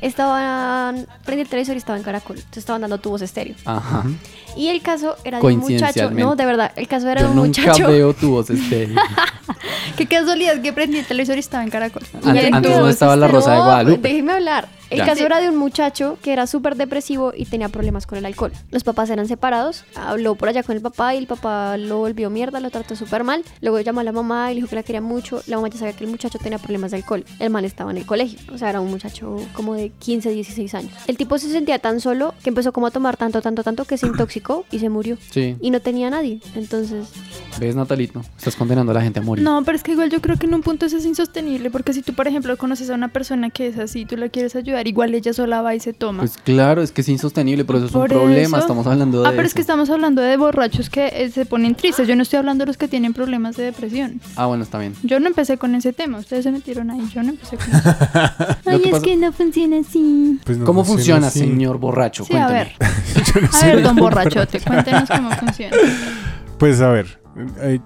[SPEAKER 7] estaban... Prendí el televisor y estaba en Caracol. Entonces estaban dando tubos estéreo.
[SPEAKER 3] Ajá.
[SPEAKER 7] Y el caso era de un muchacho.
[SPEAKER 3] Coincidencialmente.
[SPEAKER 7] No, de verdad, el caso era
[SPEAKER 3] Yo
[SPEAKER 7] de un
[SPEAKER 3] nunca
[SPEAKER 7] muchacho.
[SPEAKER 3] veo tu voz estéril.
[SPEAKER 6] Qué casualidad que prendí el televisor y estaba en Caracol.
[SPEAKER 7] Y
[SPEAKER 3] Antes-
[SPEAKER 7] el
[SPEAKER 3] antes
[SPEAKER 7] que-
[SPEAKER 3] no estaba la Rosa de
[SPEAKER 7] No,
[SPEAKER 3] Guadalupe.
[SPEAKER 7] Déjeme hablar. El
[SPEAKER 3] Ya.
[SPEAKER 7] caso
[SPEAKER 6] Sí.
[SPEAKER 7] era de un muchacho que era súper depresivo y tenía problemas con el alcohol. Los papás eran separados. Habló por allá con el papá y el papá lo volvió mierda, lo trató súper mal. Luego llamó a la mamá y le dijo que la quería mucho. La mamá ya sabía que el muchacho tenía problemas de alcohol. El man estaba en el colegio. O sea, era un muchacho como de 15, 16 años. El tipo se sentía tan solo que empezó como a tomar tanto, tanto, tanto que se intoxicó y se murió.
[SPEAKER 3] Sí.
[SPEAKER 7] Y no tenía a nadie. Entonces,
[SPEAKER 3] ¿Ves, Natalito? Estás condenando a la gente a morir.
[SPEAKER 6] No, pero es que igual yo creo que en un punto eso es insostenible, porque si tú, por ejemplo, conoces a una persona que es así, tú la quieres ayudar, igual ella sola va y se toma.
[SPEAKER 3] Pues claro, es que es insostenible, pero eso es un
[SPEAKER 6] Por
[SPEAKER 3] problema.
[SPEAKER 6] eso-
[SPEAKER 3] Estamos hablando de.
[SPEAKER 6] Ah, pero es
[SPEAKER 3] eso.
[SPEAKER 6] que estamos hablando de borrachos que eh, se ponen tristes. Yo no estoy hablando de los que tienen problemas de depresión.
[SPEAKER 3] Ah, bueno, está bien.
[SPEAKER 6] Yo no empecé con ese tema, ustedes se metieron ahí, yo no empecé con eso. Ay,
[SPEAKER 3] que
[SPEAKER 6] es
[SPEAKER 3] pasa-
[SPEAKER 6] que no funciona así.
[SPEAKER 4] Pues no
[SPEAKER 3] ¿Cómo funciona,
[SPEAKER 4] así.
[SPEAKER 3] señor borracho?
[SPEAKER 6] Sí, a
[SPEAKER 3] Cuéntame.
[SPEAKER 6] ver,
[SPEAKER 4] Yo no
[SPEAKER 6] a
[SPEAKER 4] sé.
[SPEAKER 6] ver, don borrachote, cuéntenos cómo funciona.
[SPEAKER 4] Pues a ver, eh,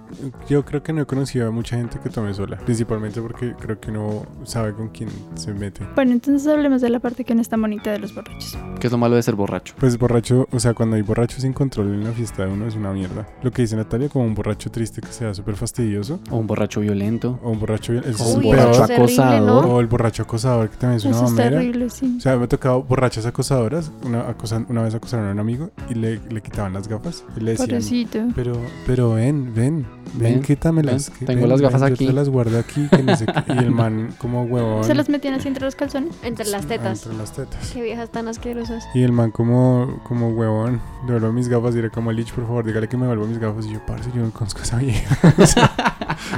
[SPEAKER 4] yo creo que no he conocido a mucha gente que tome sola, principalmente porque creo que uno sabe con quién se mete.
[SPEAKER 6] Bueno, entonces hablemos de la parte que no es tan bonita de los borrachos.
[SPEAKER 3] ¿Qué es lo malo de ser borracho?
[SPEAKER 4] Pues borracho, o sea, cuando hay borracho sin control en la fiesta de uno es una mierda. Lo que dice Natalia, como un borracho triste que sea súper fastidioso,
[SPEAKER 3] O un borracho violento.
[SPEAKER 4] o un borracho... Eso es
[SPEAKER 3] O un
[SPEAKER 7] Uy,
[SPEAKER 4] peor.
[SPEAKER 7] eso
[SPEAKER 3] borracho
[SPEAKER 7] es terrible,
[SPEAKER 3] acosador.
[SPEAKER 7] ¿no?
[SPEAKER 4] O el borracho acosador, que también es una
[SPEAKER 6] Eso es
[SPEAKER 4] mamera.
[SPEAKER 6] terrible, sí.
[SPEAKER 4] O sea, me ha tocado borrachas acosadoras. Una, acosan- una vez acosaron a un amigo y le, le quitaban las gafas. Y le decían,
[SPEAKER 6] Pobrecito.
[SPEAKER 4] pero, pero ven, ven, ven,
[SPEAKER 3] Ven,
[SPEAKER 4] quítamelas.
[SPEAKER 3] ven,
[SPEAKER 4] que
[SPEAKER 3] tengo
[SPEAKER 4] ven,
[SPEAKER 3] las gafas
[SPEAKER 4] ven,
[SPEAKER 3] aquí".
[SPEAKER 4] Yo te las guardo aquí. que no sé qué. Y el man, como huevón.
[SPEAKER 6] ¿Se los metían así entre los calzones?
[SPEAKER 7] Entre las tetas.
[SPEAKER 4] Entre las tetas.
[SPEAKER 7] Qué viejas tan asquerosas.
[SPEAKER 4] Y el man como, como huevón, devuelvo mis gafas y era como Lich, por favor, dígale que me devuelvo mis gafas. Y yo, parce, yo no conozco a esa vieja. O sea,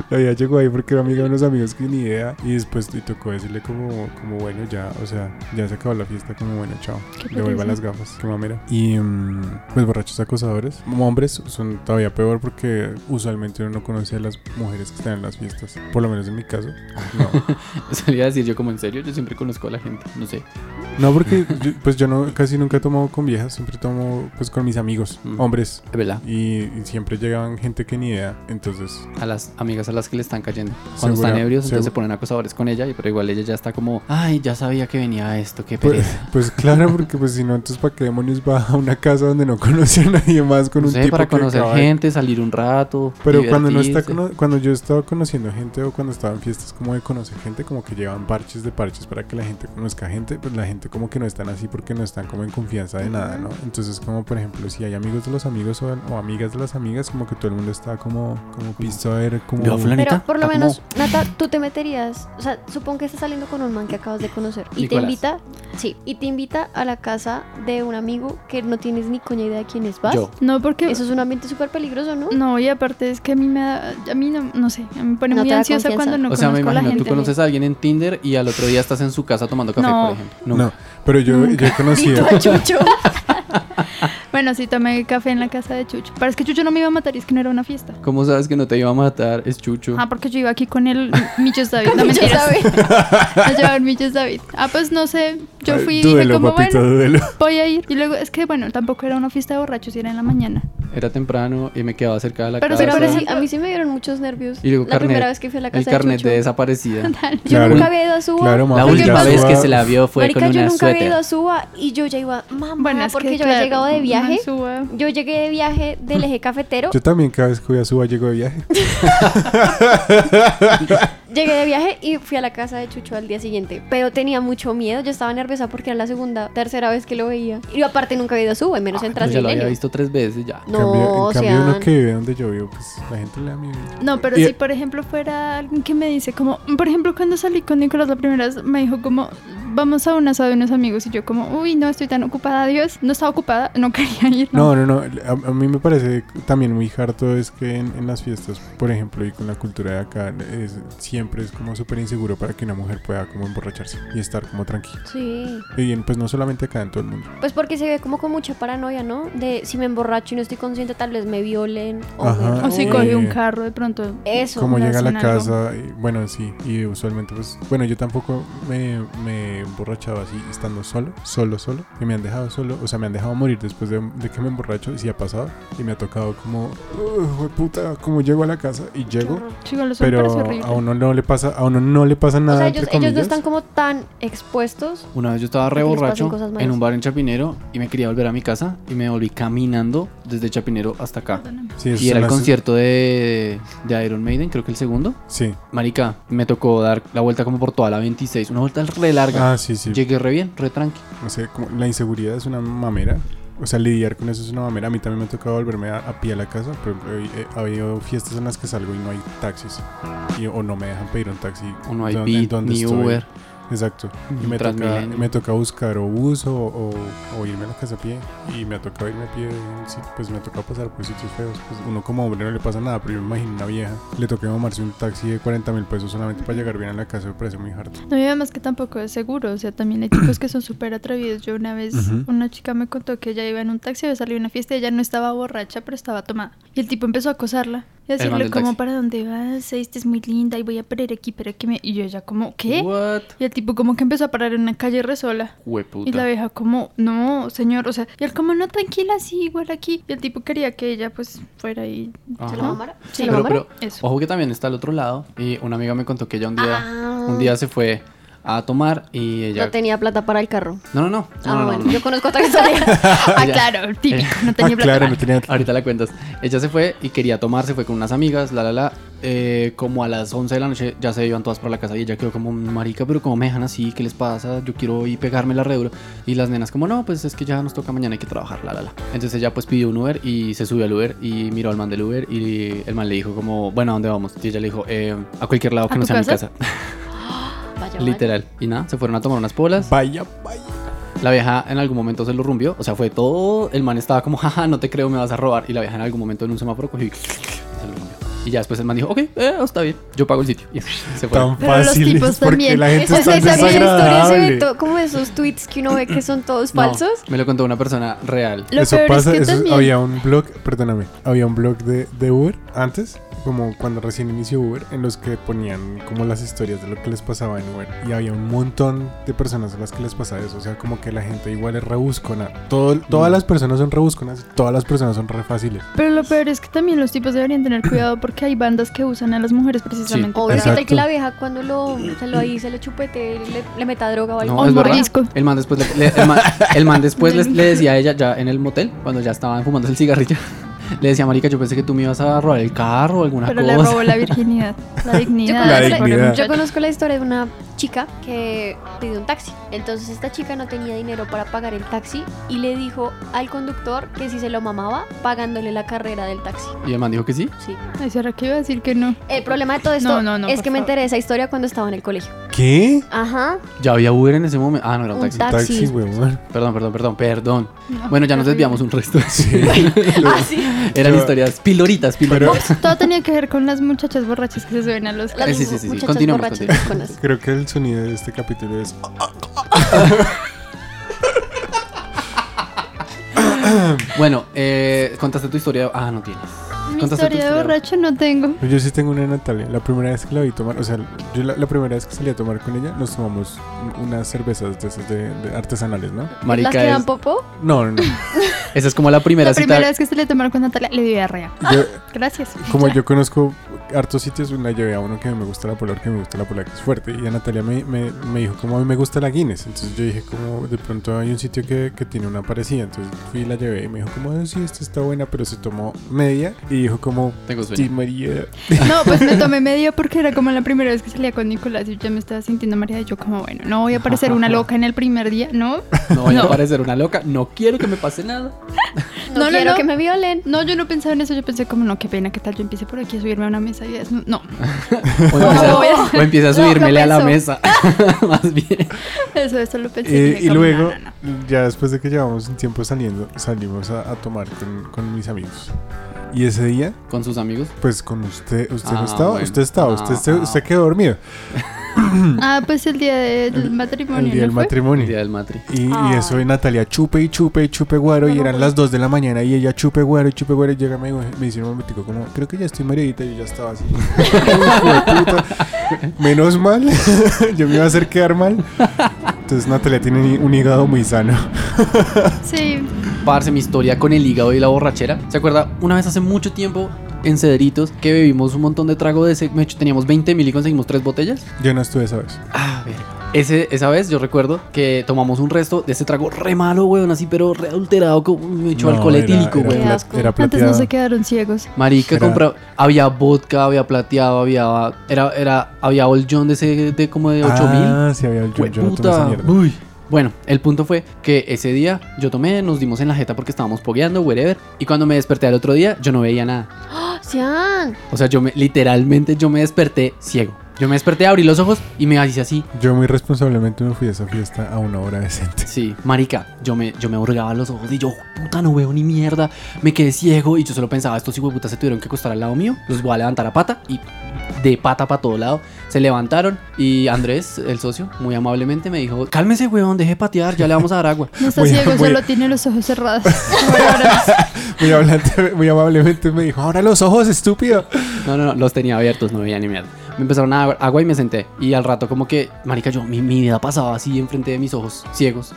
[SPEAKER 4] la vieja llegó ahí porque era amiga de unos amigos que ni idea. Y después y tocó decirle como, como bueno, ya, o sea, ya se acabó la fiesta, como bueno, chao.
[SPEAKER 6] Qué
[SPEAKER 4] Devuelva
[SPEAKER 6] pereza.
[SPEAKER 4] las gafas, qué mamera. Y mm, pues borrachos acosadores, como hombres, son todavía peor porque usualmente uno no conoce a las mujeres que están en las fiestas. Por lo menos en mi caso, no.
[SPEAKER 3] Salía a decir yo como en serio, yo siempre conozco a la gente, no sé.
[SPEAKER 4] No, porque yo- pues yo no casi nunca he tomado con viejas, siempre tomo pues con mis amigos,
[SPEAKER 3] Mm.
[SPEAKER 4] hombres.
[SPEAKER 3] Es verdad.
[SPEAKER 4] Y, y siempre llegaban gente que ni idea, entonces
[SPEAKER 3] A las amigas a las que le están cayendo. Cuando
[SPEAKER 4] Segura-
[SPEAKER 3] están ebrios, entonces
[SPEAKER 4] segu-
[SPEAKER 3] se ponen acosadores con ella, y- pero igual ella ya está como, ay, ya sabía que venía esto, qué
[SPEAKER 4] pues,
[SPEAKER 3] pereza.
[SPEAKER 4] pues claro, porque pues si no, entonces para qué demonios va a una casa donde no conoce a nadie más con
[SPEAKER 3] No
[SPEAKER 4] un
[SPEAKER 3] sé,
[SPEAKER 4] tipo
[SPEAKER 3] para
[SPEAKER 4] que
[SPEAKER 3] conocer
[SPEAKER 4] acaba de-
[SPEAKER 3] gente, salir un rato.
[SPEAKER 4] Pero cuando no está
[SPEAKER 3] divertirse.
[SPEAKER 4] cono- cuando yo estaba conociendo gente o cuando estaba en fiestas como de conocer gente, como que llevan parches de parches para que la gente conozca gente, pues la gente como que no están así porque no están como en confianza de nada, ¿no? Entonces como por ejemplo si hay amigos de los amigos o, o amigas de las amigas, como que todo el mundo está como, como pisto a ver como...
[SPEAKER 3] Yo a fulano-
[SPEAKER 7] Pero
[SPEAKER 3] Nata,
[SPEAKER 7] por lo
[SPEAKER 3] ¿está
[SPEAKER 7] menos, Nata, tú te meterías. O sea, supongo que estás saliendo con un man que acabas de conocer. Y
[SPEAKER 3] Nicolás.
[SPEAKER 7] te invita. Sí. Y te invita a la casa de un amigo que no tienes ni coña idea de quién es. ¿Vas?
[SPEAKER 3] Yo.
[SPEAKER 6] No, porque...
[SPEAKER 7] Eso es un ambiente súper peligroso, ¿no?
[SPEAKER 6] No, y aparte es que a mí me da, a mí no, no sé, me pone
[SPEAKER 7] No
[SPEAKER 6] muy
[SPEAKER 7] te da
[SPEAKER 6] ansiosa
[SPEAKER 7] confianza.
[SPEAKER 6] cuando no
[SPEAKER 3] o sea, me
[SPEAKER 6] conozco a la
[SPEAKER 3] imagino,
[SPEAKER 6] gente.
[SPEAKER 3] tú conoces a alguien en Tinder y al otro día estás en su casa tomando café,
[SPEAKER 6] No.
[SPEAKER 3] por ejemplo.
[SPEAKER 4] No, pero yo, yo he conocido...
[SPEAKER 6] Bueno, sí, tomé café en la casa de Chucho. Pero es que Chucho no me iba a matar y es que no era una fiesta.
[SPEAKER 3] ¿Cómo sabes que no te iba a matar? Es Chucho.
[SPEAKER 6] Ah, porque yo iba aquí con el Michos David. No, mentiras. Yo llevaba el Michos David. Ah, pues no sé, yo fui y dije
[SPEAKER 4] Dúdelo,
[SPEAKER 6] como,
[SPEAKER 4] papito,
[SPEAKER 6] bueno,
[SPEAKER 4] dúdelo.
[SPEAKER 6] voy a ir. Y luego, es que bueno, tampoco era una fiesta de borrachos, era en la mañana.
[SPEAKER 3] Era temprano y me quedaba cerca de la
[SPEAKER 6] Pero
[SPEAKER 3] casa.
[SPEAKER 7] Pero
[SPEAKER 6] se
[SPEAKER 7] a mí, sí,
[SPEAKER 6] parece-
[SPEAKER 7] a mí sí me dieron muchos nervios.
[SPEAKER 3] Y luego
[SPEAKER 7] la
[SPEAKER 3] carnet,
[SPEAKER 7] primera vez que fui a la
[SPEAKER 3] el
[SPEAKER 7] casa
[SPEAKER 3] carnet de
[SPEAKER 7] de Chucho.
[SPEAKER 3] desaparecida.
[SPEAKER 7] Yo
[SPEAKER 4] Claro.
[SPEAKER 7] nunca había ido a Suba.
[SPEAKER 4] Claro,
[SPEAKER 3] La
[SPEAKER 4] mamá,
[SPEAKER 3] última
[SPEAKER 4] ya
[SPEAKER 3] vez
[SPEAKER 4] suba-
[SPEAKER 3] que se la vio fue
[SPEAKER 7] Marica,
[SPEAKER 3] con
[SPEAKER 7] yo
[SPEAKER 3] una
[SPEAKER 7] nunca había ido a
[SPEAKER 3] suéter.
[SPEAKER 7] Suba y yo ya iba, mamá,
[SPEAKER 6] Bueno, es
[SPEAKER 7] Ah, porque
[SPEAKER 6] que,
[SPEAKER 7] yo
[SPEAKER 6] claro,
[SPEAKER 7] había llegado de viaje.
[SPEAKER 6] Mansuba.
[SPEAKER 7] Yo llegué de viaje del eje cafetero.
[SPEAKER 4] Yo también cada vez que voy a Suba llego de viaje.
[SPEAKER 7] Llegué de viaje y fui a la casa de Chucho al día siguiente. Pero tenía mucho miedo. Yo estaba nerviosa porque era la segunda, tercera vez que lo veía. Y aparte nunca había ido a Suba, y menos
[SPEAKER 4] Ah,
[SPEAKER 7] en
[SPEAKER 3] Yo ya lo había
[SPEAKER 7] Transmilenio.
[SPEAKER 3] visto tres veces ya.
[SPEAKER 7] No,
[SPEAKER 4] Cambio-
[SPEAKER 7] o
[SPEAKER 4] en cambio
[SPEAKER 7] sea,
[SPEAKER 4] uno que vive donde yo vivo, pues la gente le da miedo.
[SPEAKER 6] No, pero
[SPEAKER 4] Y-
[SPEAKER 6] si por ejemplo fuera alguien que me dice como, por ejemplo cuando salí con Nicolás la primera vez me dijo como, vamos a un asado de unos amigos y yo como, uy, no estoy tan ocupada, adiós, no estaba ocupada, no quería ir.
[SPEAKER 4] No, no, no. A, a mí me parece también muy harto es que en, en las fiestas, por ejemplo, y con la cultura de acá, es- siempre es como súper inseguro para que una mujer pueda como emborracharse y estar como tranquila.
[SPEAKER 7] Sí.
[SPEAKER 4] Y en- pues no solamente acá, en todo el mundo.
[SPEAKER 7] Pues porque se ve como con mucha paranoia, ¿no? De si me emborracho y no estoy consciente, tal vez me violen. O
[SPEAKER 4] Ajá.
[SPEAKER 7] me
[SPEAKER 6] O si
[SPEAKER 4] sí,
[SPEAKER 7] roben.
[SPEAKER 4] con-
[SPEAKER 6] cogió un
[SPEAKER 4] Eh,
[SPEAKER 6] carro de pronto.
[SPEAKER 7] Eso.
[SPEAKER 4] Como
[SPEAKER 6] le
[SPEAKER 4] llega a la
[SPEAKER 6] hacen algo.
[SPEAKER 4] casa, y, bueno, sí, y usualmente pues, bueno, yo tampoco me, me emborrachaba así estando solo, solo, solo, y me han dejado solo, o sea, me han dejado morir después de, de que me emborracho, y sí ha pasado, y me ha tocado como, "Ugh, puta, como llego a la casa y llego,
[SPEAKER 6] Chico, lo
[SPEAKER 4] pero
[SPEAKER 6] parece horrible.
[SPEAKER 4] a uno no le pasa, a uno no le pasa
[SPEAKER 7] O
[SPEAKER 4] nada.
[SPEAKER 7] sea,
[SPEAKER 4] entre
[SPEAKER 7] ellos, ellos no
[SPEAKER 4] comillas.
[SPEAKER 7] están como tan expuestos.
[SPEAKER 3] Una vez yo estaba re
[SPEAKER 7] Que les pasen
[SPEAKER 3] borracho
[SPEAKER 7] cosas malas.
[SPEAKER 3] en un bar en Chapinero y me quería volver a mi casa y me volví caminando desde Chapinero hasta acá.
[SPEAKER 4] Sí, esos
[SPEAKER 3] Y era
[SPEAKER 4] son
[SPEAKER 3] el
[SPEAKER 4] las-
[SPEAKER 3] concierto de, de Iron Maiden, creo que el segundo.
[SPEAKER 4] Sí.
[SPEAKER 3] Marica, me tocó dar la vuelta como por toda la 26, una vuelta re larga.
[SPEAKER 4] Ah, sí, sí.
[SPEAKER 3] Llegué re bien, re tranqui.
[SPEAKER 4] No sé, como la inseguridad es una mamera. O sea, lidiar con eso es una mamera. A mí también me ha tocado volverme a, a pie a la casa. Por ejemplo, he, he- ha habido fiestas en las que salgo y no hay taxis. Y- o no me dejan pedir un taxi.
[SPEAKER 3] O no hay
[SPEAKER 4] donde-
[SPEAKER 3] Bit
[SPEAKER 4] donde
[SPEAKER 3] ni
[SPEAKER 4] estoy.
[SPEAKER 3] Uber.
[SPEAKER 4] Exacto. Y
[SPEAKER 3] Ujú,
[SPEAKER 4] me toca,
[SPEAKER 3] Transmilenio.
[SPEAKER 4] me toca buscar o bus o, o- o irme a la casa a pie. Y me ha tocado irme a pie, sí, pues me ha tocado pasar por sitios feos. Pues uno como hombre no le pasa nada, pero yo me imagino una vieja. Le toca mamarse un taxi de 40 mil pesos solamente para llegar bien a la casa, me parece muy harto.
[SPEAKER 6] No, y además que tampoco es seguro, o sea, también hay chicos que son súper atrevidos. Yo una vez, una chica me contó que ella iba en un taxi, había salido a una fiesta y ella no estaba borracha, pero estaba tomada. Y el tipo empezó a acosarla y a
[SPEAKER 3] El man
[SPEAKER 6] decirle
[SPEAKER 3] del
[SPEAKER 6] como,
[SPEAKER 3] taxi.
[SPEAKER 6] ¿para dónde vas? Este es muy linda y voy a parar aquí, pero que me... Y yo ella como, ¿qué?
[SPEAKER 3] What?
[SPEAKER 6] Y el tipo como que empezó a parar en una calle re sola.
[SPEAKER 3] Hueputa.
[SPEAKER 6] Y la vieja como, no, señor, o sea, y él como, no, tranquila, sí, igual aquí. Y el tipo quería que ella pues fuera y...
[SPEAKER 3] Ajá.
[SPEAKER 7] ¿Se lo mamaron? ¿Se
[SPEAKER 6] Sí.
[SPEAKER 7] lo
[SPEAKER 3] Pero,
[SPEAKER 7] mamaron?
[SPEAKER 3] pero,
[SPEAKER 6] Eso.
[SPEAKER 3] ojo que también está al otro lado. Y una amiga me contó que ella un día,
[SPEAKER 7] Ah.
[SPEAKER 3] un día se fue a tomar y ella.
[SPEAKER 7] No tenía plata para el carro.
[SPEAKER 3] No, no, no.
[SPEAKER 7] Ah,
[SPEAKER 3] no, no,
[SPEAKER 7] bueno,
[SPEAKER 3] no.
[SPEAKER 7] yo conozco otra historia.
[SPEAKER 6] Ah, claro, típico, no tenía
[SPEAKER 4] Ah, claro, no
[SPEAKER 6] plata.
[SPEAKER 4] tenía.
[SPEAKER 3] Ahorita la cuentas. Ella se fue y quería tomar, se fue con unas amigas, la, la, la. Eh, como a las 11 de la noche ya se iban todas para la casa y ella quedó como marica, pero como me dejan así, ¿qué les pasa? Yo quiero ir pegarme la reduro. Y las nenas como, no, pues es que ya nos toca mañana, hay que trabajar, la, la, la. Entonces ella pues pidió un Uber y se subió al Uber y miró al man del Uber y el man le dijo como, bueno, ¿a dónde vamos? Y ella le dijo, "Eh, a cualquier lado que
[SPEAKER 6] ¿A
[SPEAKER 3] no
[SPEAKER 6] tu
[SPEAKER 3] sea mi
[SPEAKER 6] casa? Ah,
[SPEAKER 3] casa.
[SPEAKER 7] Vaya, vaya.
[SPEAKER 3] Literal. Y nada, se fueron a tomar unas polas.
[SPEAKER 4] Vaya, vaya.
[SPEAKER 3] La vieja en algún momento se lo rumbió. O sea, fue todo. El man estaba como, jaja, no te creo, me vas a robar. Y la vieja en algún momento en un semáforo cogió y se lo rumbió. Y ya después el man dijo, ok, eh, está bien, yo pago el sitio. Y se fue.
[SPEAKER 4] Tan
[SPEAKER 6] Pero los
[SPEAKER 4] fácil
[SPEAKER 6] tipos
[SPEAKER 4] es porque
[SPEAKER 6] también.
[SPEAKER 4] la gente
[SPEAKER 7] Eso
[SPEAKER 4] es
[SPEAKER 7] es
[SPEAKER 4] tan
[SPEAKER 7] también historias se
[SPEAKER 4] desagradable.
[SPEAKER 7] ve to- como esos tweets que uno ve que son todos
[SPEAKER 3] No,
[SPEAKER 7] falsos.
[SPEAKER 3] me lo contó una persona real.
[SPEAKER 6] Lo
[SPEAKER 4] eso
[SPEAKER 6] peor
[SPEAKER 4] pasa,
[SPEAKER 6] es que
[SPEAKER 4] eso es-
[SPEAKER 6] también...
[SPEAKER 4] había un blog, perdóname, había un blog de, de Uber antes, como cuando recién inició Uber, en los que ponían como las historias de lo que les pasaba en Uber. Y había un montón de personas a las que les pasaba eso. O sea, como que la gente igual es rebuscona. Todo, todas
[SPEAKER 6] Mm.
[SPEAKER 4] las personas son rebusconas, y todas las personas son re fáciles.
[SPEAKER 6] Pero lo peor
[SPEAKER 7] Pues
[SPEAKER 6] es que también los tipos deberían tener cuidado porque hay bandas que usan a las mujeres precisamente.
[SPEAKER 7] Obvio, ¿qué tal
[SPEAKER 4] Exacto.
[SPEAKER 7] que la vieja cuando lo, se lo ahí, se lo chupete, le, le meta droga o algo?
[SPEAKER 3] No,
[SPEAKER 6] un
[SPEAKER 3] es verdad.
[SPEAKER 6] mordisco.
[SPEAKER 3] El man después, le, le- el man, el man después les- le decía a ella, ya en el motel, cuando ya estaban fumando el cigarrillo, le decía, Marica, yo pensé que tú me ibas a robar el carro o alguna
[SPEAKER 6] Pero
[SPEAKER 3] cosa.
[SPEAKER 6] le robó la virginidad, la
[SPEAKER 7] Yo
[SPEAKER 6] dignidad.
[SPEAKER 7] conozco,
[SPEAKER 4] La
[SPEAKER 6] del pobre
[SPEAKER 4] dignidad.
[SPEAKER 7] yo
[SPEAKER 6] muchacho.
[SPEAKER 7] conozco la historia de una chica que pidió un taxi. Entonces esta chica no tenía dinero para pagar el taxi y le dijo al conductor que si se lo mamaba pagándole la carrera del taxi.
[SPEAKER 3] Y el man dijo que sí.
[SPEAKER 7] Sí.
[SPEAKER 6] Ay, ¿será que iba a decir que no?
[SPEAKER 7] El problema de todo esto
[SPEAKER 6] No, no, no,
[SPEAKER 7] es
[SPEAKER 6] por
[SPEAKER 7] que me
[SPEAKER 6] favor.
[SPEAKER 7] enteré de esa historia cuando estaba en el colegio.
[SPEAKER 4] ¿Qué?
[SPEAKER 7] Ajá.
[SPEAKER 3] Ya había Uber en ese momento. Ah, no, era un
[SPEAKER 7] Un
[SPEAKER 3] taxi.
[SPEAKER 7] taxi.
[SPEAKER 4] Taxi, huevón.
[SPEAKER 3] Perdón, perdón, perdón, perdón.
[SPEAKER 6] No,
[SPEAKER 3] Bueno, ya nos
[SPEAKER 6] terrible.
[SPEAKER 3] desviamos un resto.
[SPEAKER 4] Sí.
[SPEAKER 7] Ah, sí.
[SPEAKER 3] Eran
[SPEAKER 4] Yo-
[SPEAKER 3] historias piloritas, piloritas.
[SPEAKER 4] Pero
[SPEAKER 6] Todo tenía que ver con las muchachas borrachas que se suben a
[SPEAKER 3] Eh,
[SPEAKER 7] Las
[SPEAKER 6] los
[SPEAKER 3] sí,
[SPEAKER 6] carros.
[SPEAKER 3] sí, sí, sí.
[SPEAKER 7] muchachas
[SPEAKER 3] Continuemos,
[SPEAKER 7] borrachas
[SPEAKER 3] continuemos.
[SPEAKER 7] busconas.
[SPEAKER 4] creo que el sonido de este capítulo es...
[SPEAKER 3] Bueno, eh, contaste tu historia. Ah, no tienes.
[SPEAKER 6] Mi
[SPEAKER 3] Contaste tu
[SPEAKER 6] historia de borracho no tengo.
[SPEAKER 4] Pues Yo sí tengo una de Natalia. La primera vez que la vi tomar, o sea, yo la, la primera vez que salí a tomar con ella, nos tomamos un- unas cervezas de esas de, de artesanales, ¿no?
[SPEAKER 7] Las que
[SPEAKER 3] Marica,
[SPEAKER 7] dan
[SPEAKER 3] es,
[SPEAKER 7] popó.
[SPEAKER 4] No, no, no.
[SPEAKER 3] esa es como la primera
[SPEAKER 6] la
[SPEAKER 3] cita.
[SPEAKER 6] primera vez que se le tomaron con Natalia le dio diarrea.
[SPEAKER 4] Yo-
[SPEAKER 6] Gracias.
[SPEAKER 4] como
[SPEAKER 6] Ya.
[SPEAKER 4] yo conozco hartos sitios, una llevé a uno que me gusta la polar, que me gusta la polar, que es fuerte. Y a Natalia me, me, me dijo, como a mí me gusta la Guinness. Entonces yo dije, como de pronto hay un sitio que, que tiene una parecida. Entonces fui y la llevé y me dijo, como, "Ah, sí, esta está buena, pero se tomó media. Y dijo, como,
[SPEAKER 3] Tengo
[SPEAKER 4] sí,
[SPEAKER 3] sueño.
[SPEAKER 4] María.
[SPEAKER 6] No, pues me tomé medio porque era como la primera vez que salía con Nicolás y yo me estaba sintiendo mareada. Y yo como, bueno, no voy a parecer una loca en el primer día, ¿no?
[SPEAKER 3] No voy a
[SPEAKER 6] No.
[SPEAKER 3] parecer una loca. No quiero que me pase nada.
[SPEAKER 7] No,
[SPEAKER 6] No, no,
[SPEAKER 7] quiero
[SPEAKER 6] no.
[SPEAKER 7] que me violen.
[SPEAKER 6] No, yo no pensaba en eso. Yo pensé como, no, qué pena, qué tal yo empiece por aquí a subirme a una mesa y es... No,
[SPEAKER 3] O empieza, o empieza a
[SPEAKER 7] No, no
[SPEAKER 3] subírmele a la
[SPEAKER 7] pensó.
[SPEAKER 3] mesa. Más bien.
[SPEAKER 6] eso, eso lo pensé.
[SPEAKER 4] Eh,
[SPEAKER 6] dije
[SPEAKER 4] y
[SPEAKER 6] como,
[SPEAKER 4] luego,
[SPEAKER 6] no, no, no.
[SPEAKER 4] ya después de que llevamos un tiempo saliendo, salimos a, a tomar con, con mis amigos. Y ese día,
[SPEAKER 3] Con sus amigos.
[SPEAKER 4] pues con usted, usted
[SPEAKER 3] Ah,
[SPEAKER 4] no estaba,
[SPEAKER 3] bueno.
[SPEAKER 4] usted estaba,
[SPEAKER 3] Ah,
[SPEAKER 4] usted, se-
[SPEAKER 3] ah.
[SPEAKER 4] usted quedó dormido
[SPEAKER 6] Ah, pues el día del matrimonio.
[SPEAKER 4] el día del
[SPEAKER 6] ¿no fue? Ah.
[SPEAKER 3] El día
[SPEAKER 4] matrimonio.
[SPEAKER 3] del matri.
[SPEAKER 4] Y, y eso, y Natalia chupe y chupe y chupe guaro, y
[SPEAKER 6] pues.
[SPEAKER 4] eran las 2 de la mañana, y ella chupe guaro y chupe guaro, y llega me, me dice un momentico, como, creo que ya estoy mareadita, y yo ya estaba así. Hijo de puta. Menos mal, yo me iba a hacer quedar mal. Entonces Natalia tiene un hígado muy sano.
[SPEAKER 6] Sí,
[SPEAKER 3] Parce, mi historia con el hígado y la borrachera. ¿Se acuerda? Una vez hace mucho tiempo en Cederitos que bebimos un montón de trago de ese. de hecho, teníamos 20 mil y conseguimos tres botellas.
[SPEAKER 4] Yo no estuve esa vez.
[SPEAKER 3] Ah, verga. Ese, esa vez yo recuerdo que tomamos un resto de ese trago re malo, weón, así, pero re adulterado, con mucho
[SPEAKER 4] No,
[SPEAKER 3] alcohol
[SPEAKER 4] era-
[SPEAKER 3] etílico,
[SPEAKER 4] era
[SPEAKER 3] weón.
[SPEAKER 4] pla-
[SPEAKER 7] asco.
[SPEAKER 4] era
[SPEAKER 6] antes no
[SPEAKER 4] plateado.
[SPEAKER 6] se quedaron ciegos.
[SPEAKER 3] Marica
[SPEAKER 4] Era-
[SPEAKER 3] compra- había vodka, había plateado, había era era había Old John de ese de como de 8000.
[SPEAKER 4] Ah, sí, había el yo, yo no tomé
[SPEAKER 3] Puta.
[SPEAKER 4] esa mierda.
[SPEAKER 3] Uy. Bueno, el punto fue que ese día yo tomé, nos dimos en la jeta porque estábamos pogueando, wherever, y cuando me desperté al otro día yo no veía nada.
[SPEAKER 7] ¡Ah, Sean!
[SPEAKER 3] O sea, yo me, literalmente yo me desperté ciego. Yo me desperté, abrí los ojos y me hice así.
[SPEAKER 4] Yo muy responsablemente me fui a esa fiesta a una hora decente.
[SPEAKER 3] Sí, marica, yo me, yo me hurgaba los ojos y yo, puta, no veo ni mierda. Me quedé ciego y yo solo pensaba, estos hijos de puta se tuvieron que acostar al lado mío. Los voy a levantar a pata y de pata para todo lado. Se levantaron y Andrés, el socio, muy amablemente me dijo, cálmese, weón, deje de patear, ya le vamos a dar agua.
[SPEAKER 6] No está
[SPEAKER 4] Voy a-
[SPEAKER 6] ciego,
[SPEAKER 4] voy a-
[SPEAKER 6] solo tiene los ojos cerrados. Bueno, ahora
[SPEAKER 4] Muy, hablante- muy amablemente me dijo, ahora los ojos, estúpido.
[SPEAKER 3] No, no, no, los tenía abiertos, no veía ni mierda. Me empezaron a dar agua y me senté. Y al rato, como que, marica, yo, mi, mi vida pasaba así enfrente de mis ojos, ciegos.